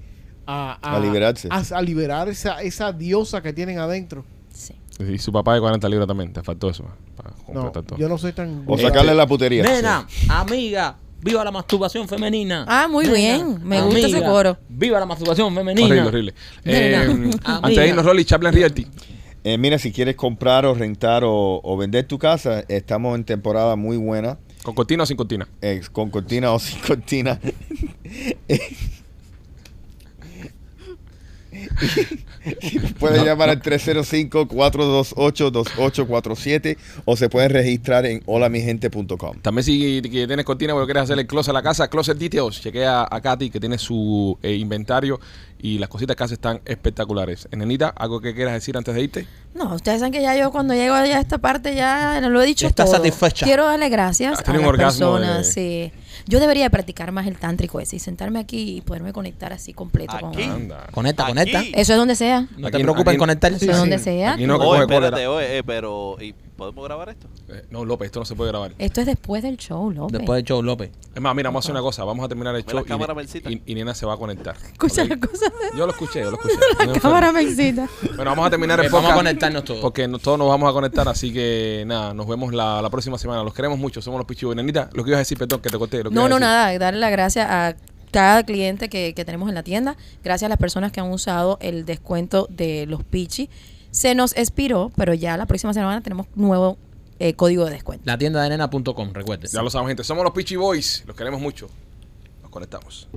E: a,
F: A liberarse.
E: A, a liberar esa, esa diosa que tienen adentro.
H: Sí.
C: Y su papá de 40 libras también, te faltó eso. Para
E: No,
C: completar todo.
E: yo no soy tan...
F: O sacarle la putería.
D: Nena, amiga, Viva la masturbación femenina.
H: Ah, muy bien. Me gusta ese coro.
D: Viva la masturbación femenina.
C: Horrible, horrible. Eh,
H: Nena.
C: antes de irnos, Rolly, Chaplin Realty.
F: Eh, mira, si quieres comprar o rentar o, o vender tu casa, estamos en temporada muy buena,
C: ¿Con cortina o sin cortina?
F: eh, con cortina o sin cortina. Puedes llamar al 305-428-2847 o se pueden registrar en holamigente.com.
C: También si que tienes cortina porque quieres hacerle closet a la casa, Closet Details, chequea a Katy que tiene su eh, inventario y las cositas que hace están espectaculares. Eh, Nenita, ¿algo que quieras decir antes de irte?
H: No, ustedes saben que ya yo cuando llego ya a esta parte ya lo he dicho
D: Estás
H: todo.
D: satisfecha.
H: Quiero darle gracias
C: Has
H: a
C: tenido
H: las
C: un orgasmo
H: personas.
C: de-
H: sí. Yo debería de practicar más el tántrico ese y sentarme aquí y poderme conectar así completo con
G: Aquí.
C: Anda.
D: Conecta,
G: Aquí.
D: conecta.
H: Eso es donde sea.
D: No
C: Aquí
D: te
C: no-
D: preocupes
C: aquí
D: en
C: no-
D: conectar.
H: Eso es donde sea.
C: Aquí no que
G: Oye,
C: coge
G: espérate,
C: cólera.
G: oye, eh, pero ¿y podemos grabar esto?
C: Eh, No, López, esto no se puede grabar.
H: Esto es después del show, López.
D: Después del show, López.
C: Es más, mira, vamos a hacer una cosa. Vamos a terminar el
G: Ve
C: show
G: la cámara, Melcita.
C: y, y- y Nena se va a conectar.
H: Escucha
C: ¿ok?
H: la cosa de
C: Yo lo escuché, yo lo escuché. No
H: la
C: me
H: cámara me excita.
C: Bueno, vamos a terminar el
D: Eh, vamos a
C: podcast
D: conectarnos todos.
C: Porque no- todos nos vamos a conectar, así que nada, nos vemos la, la próxima semana. Los queremos mucho, somos los pichibos. Nenita, lo que ibas a decir, perdón, que te corté. lo que
H: No,
C: ibas a
H: no,
C: decir.
H: nada. Darle las gracias a cada cliente que, que tenemos en la tienda. Gracias a las personas que han usado el descuento de los Pichi. Se nos expiró, pero ya la próxima semana tenemos nuevo eh, código de descuento.
D: La tienda de nena.com, recuerde.
C: Ya lo saben, gente. Somos los Pichi Boys. Los queremos mucho. Nos conectamos.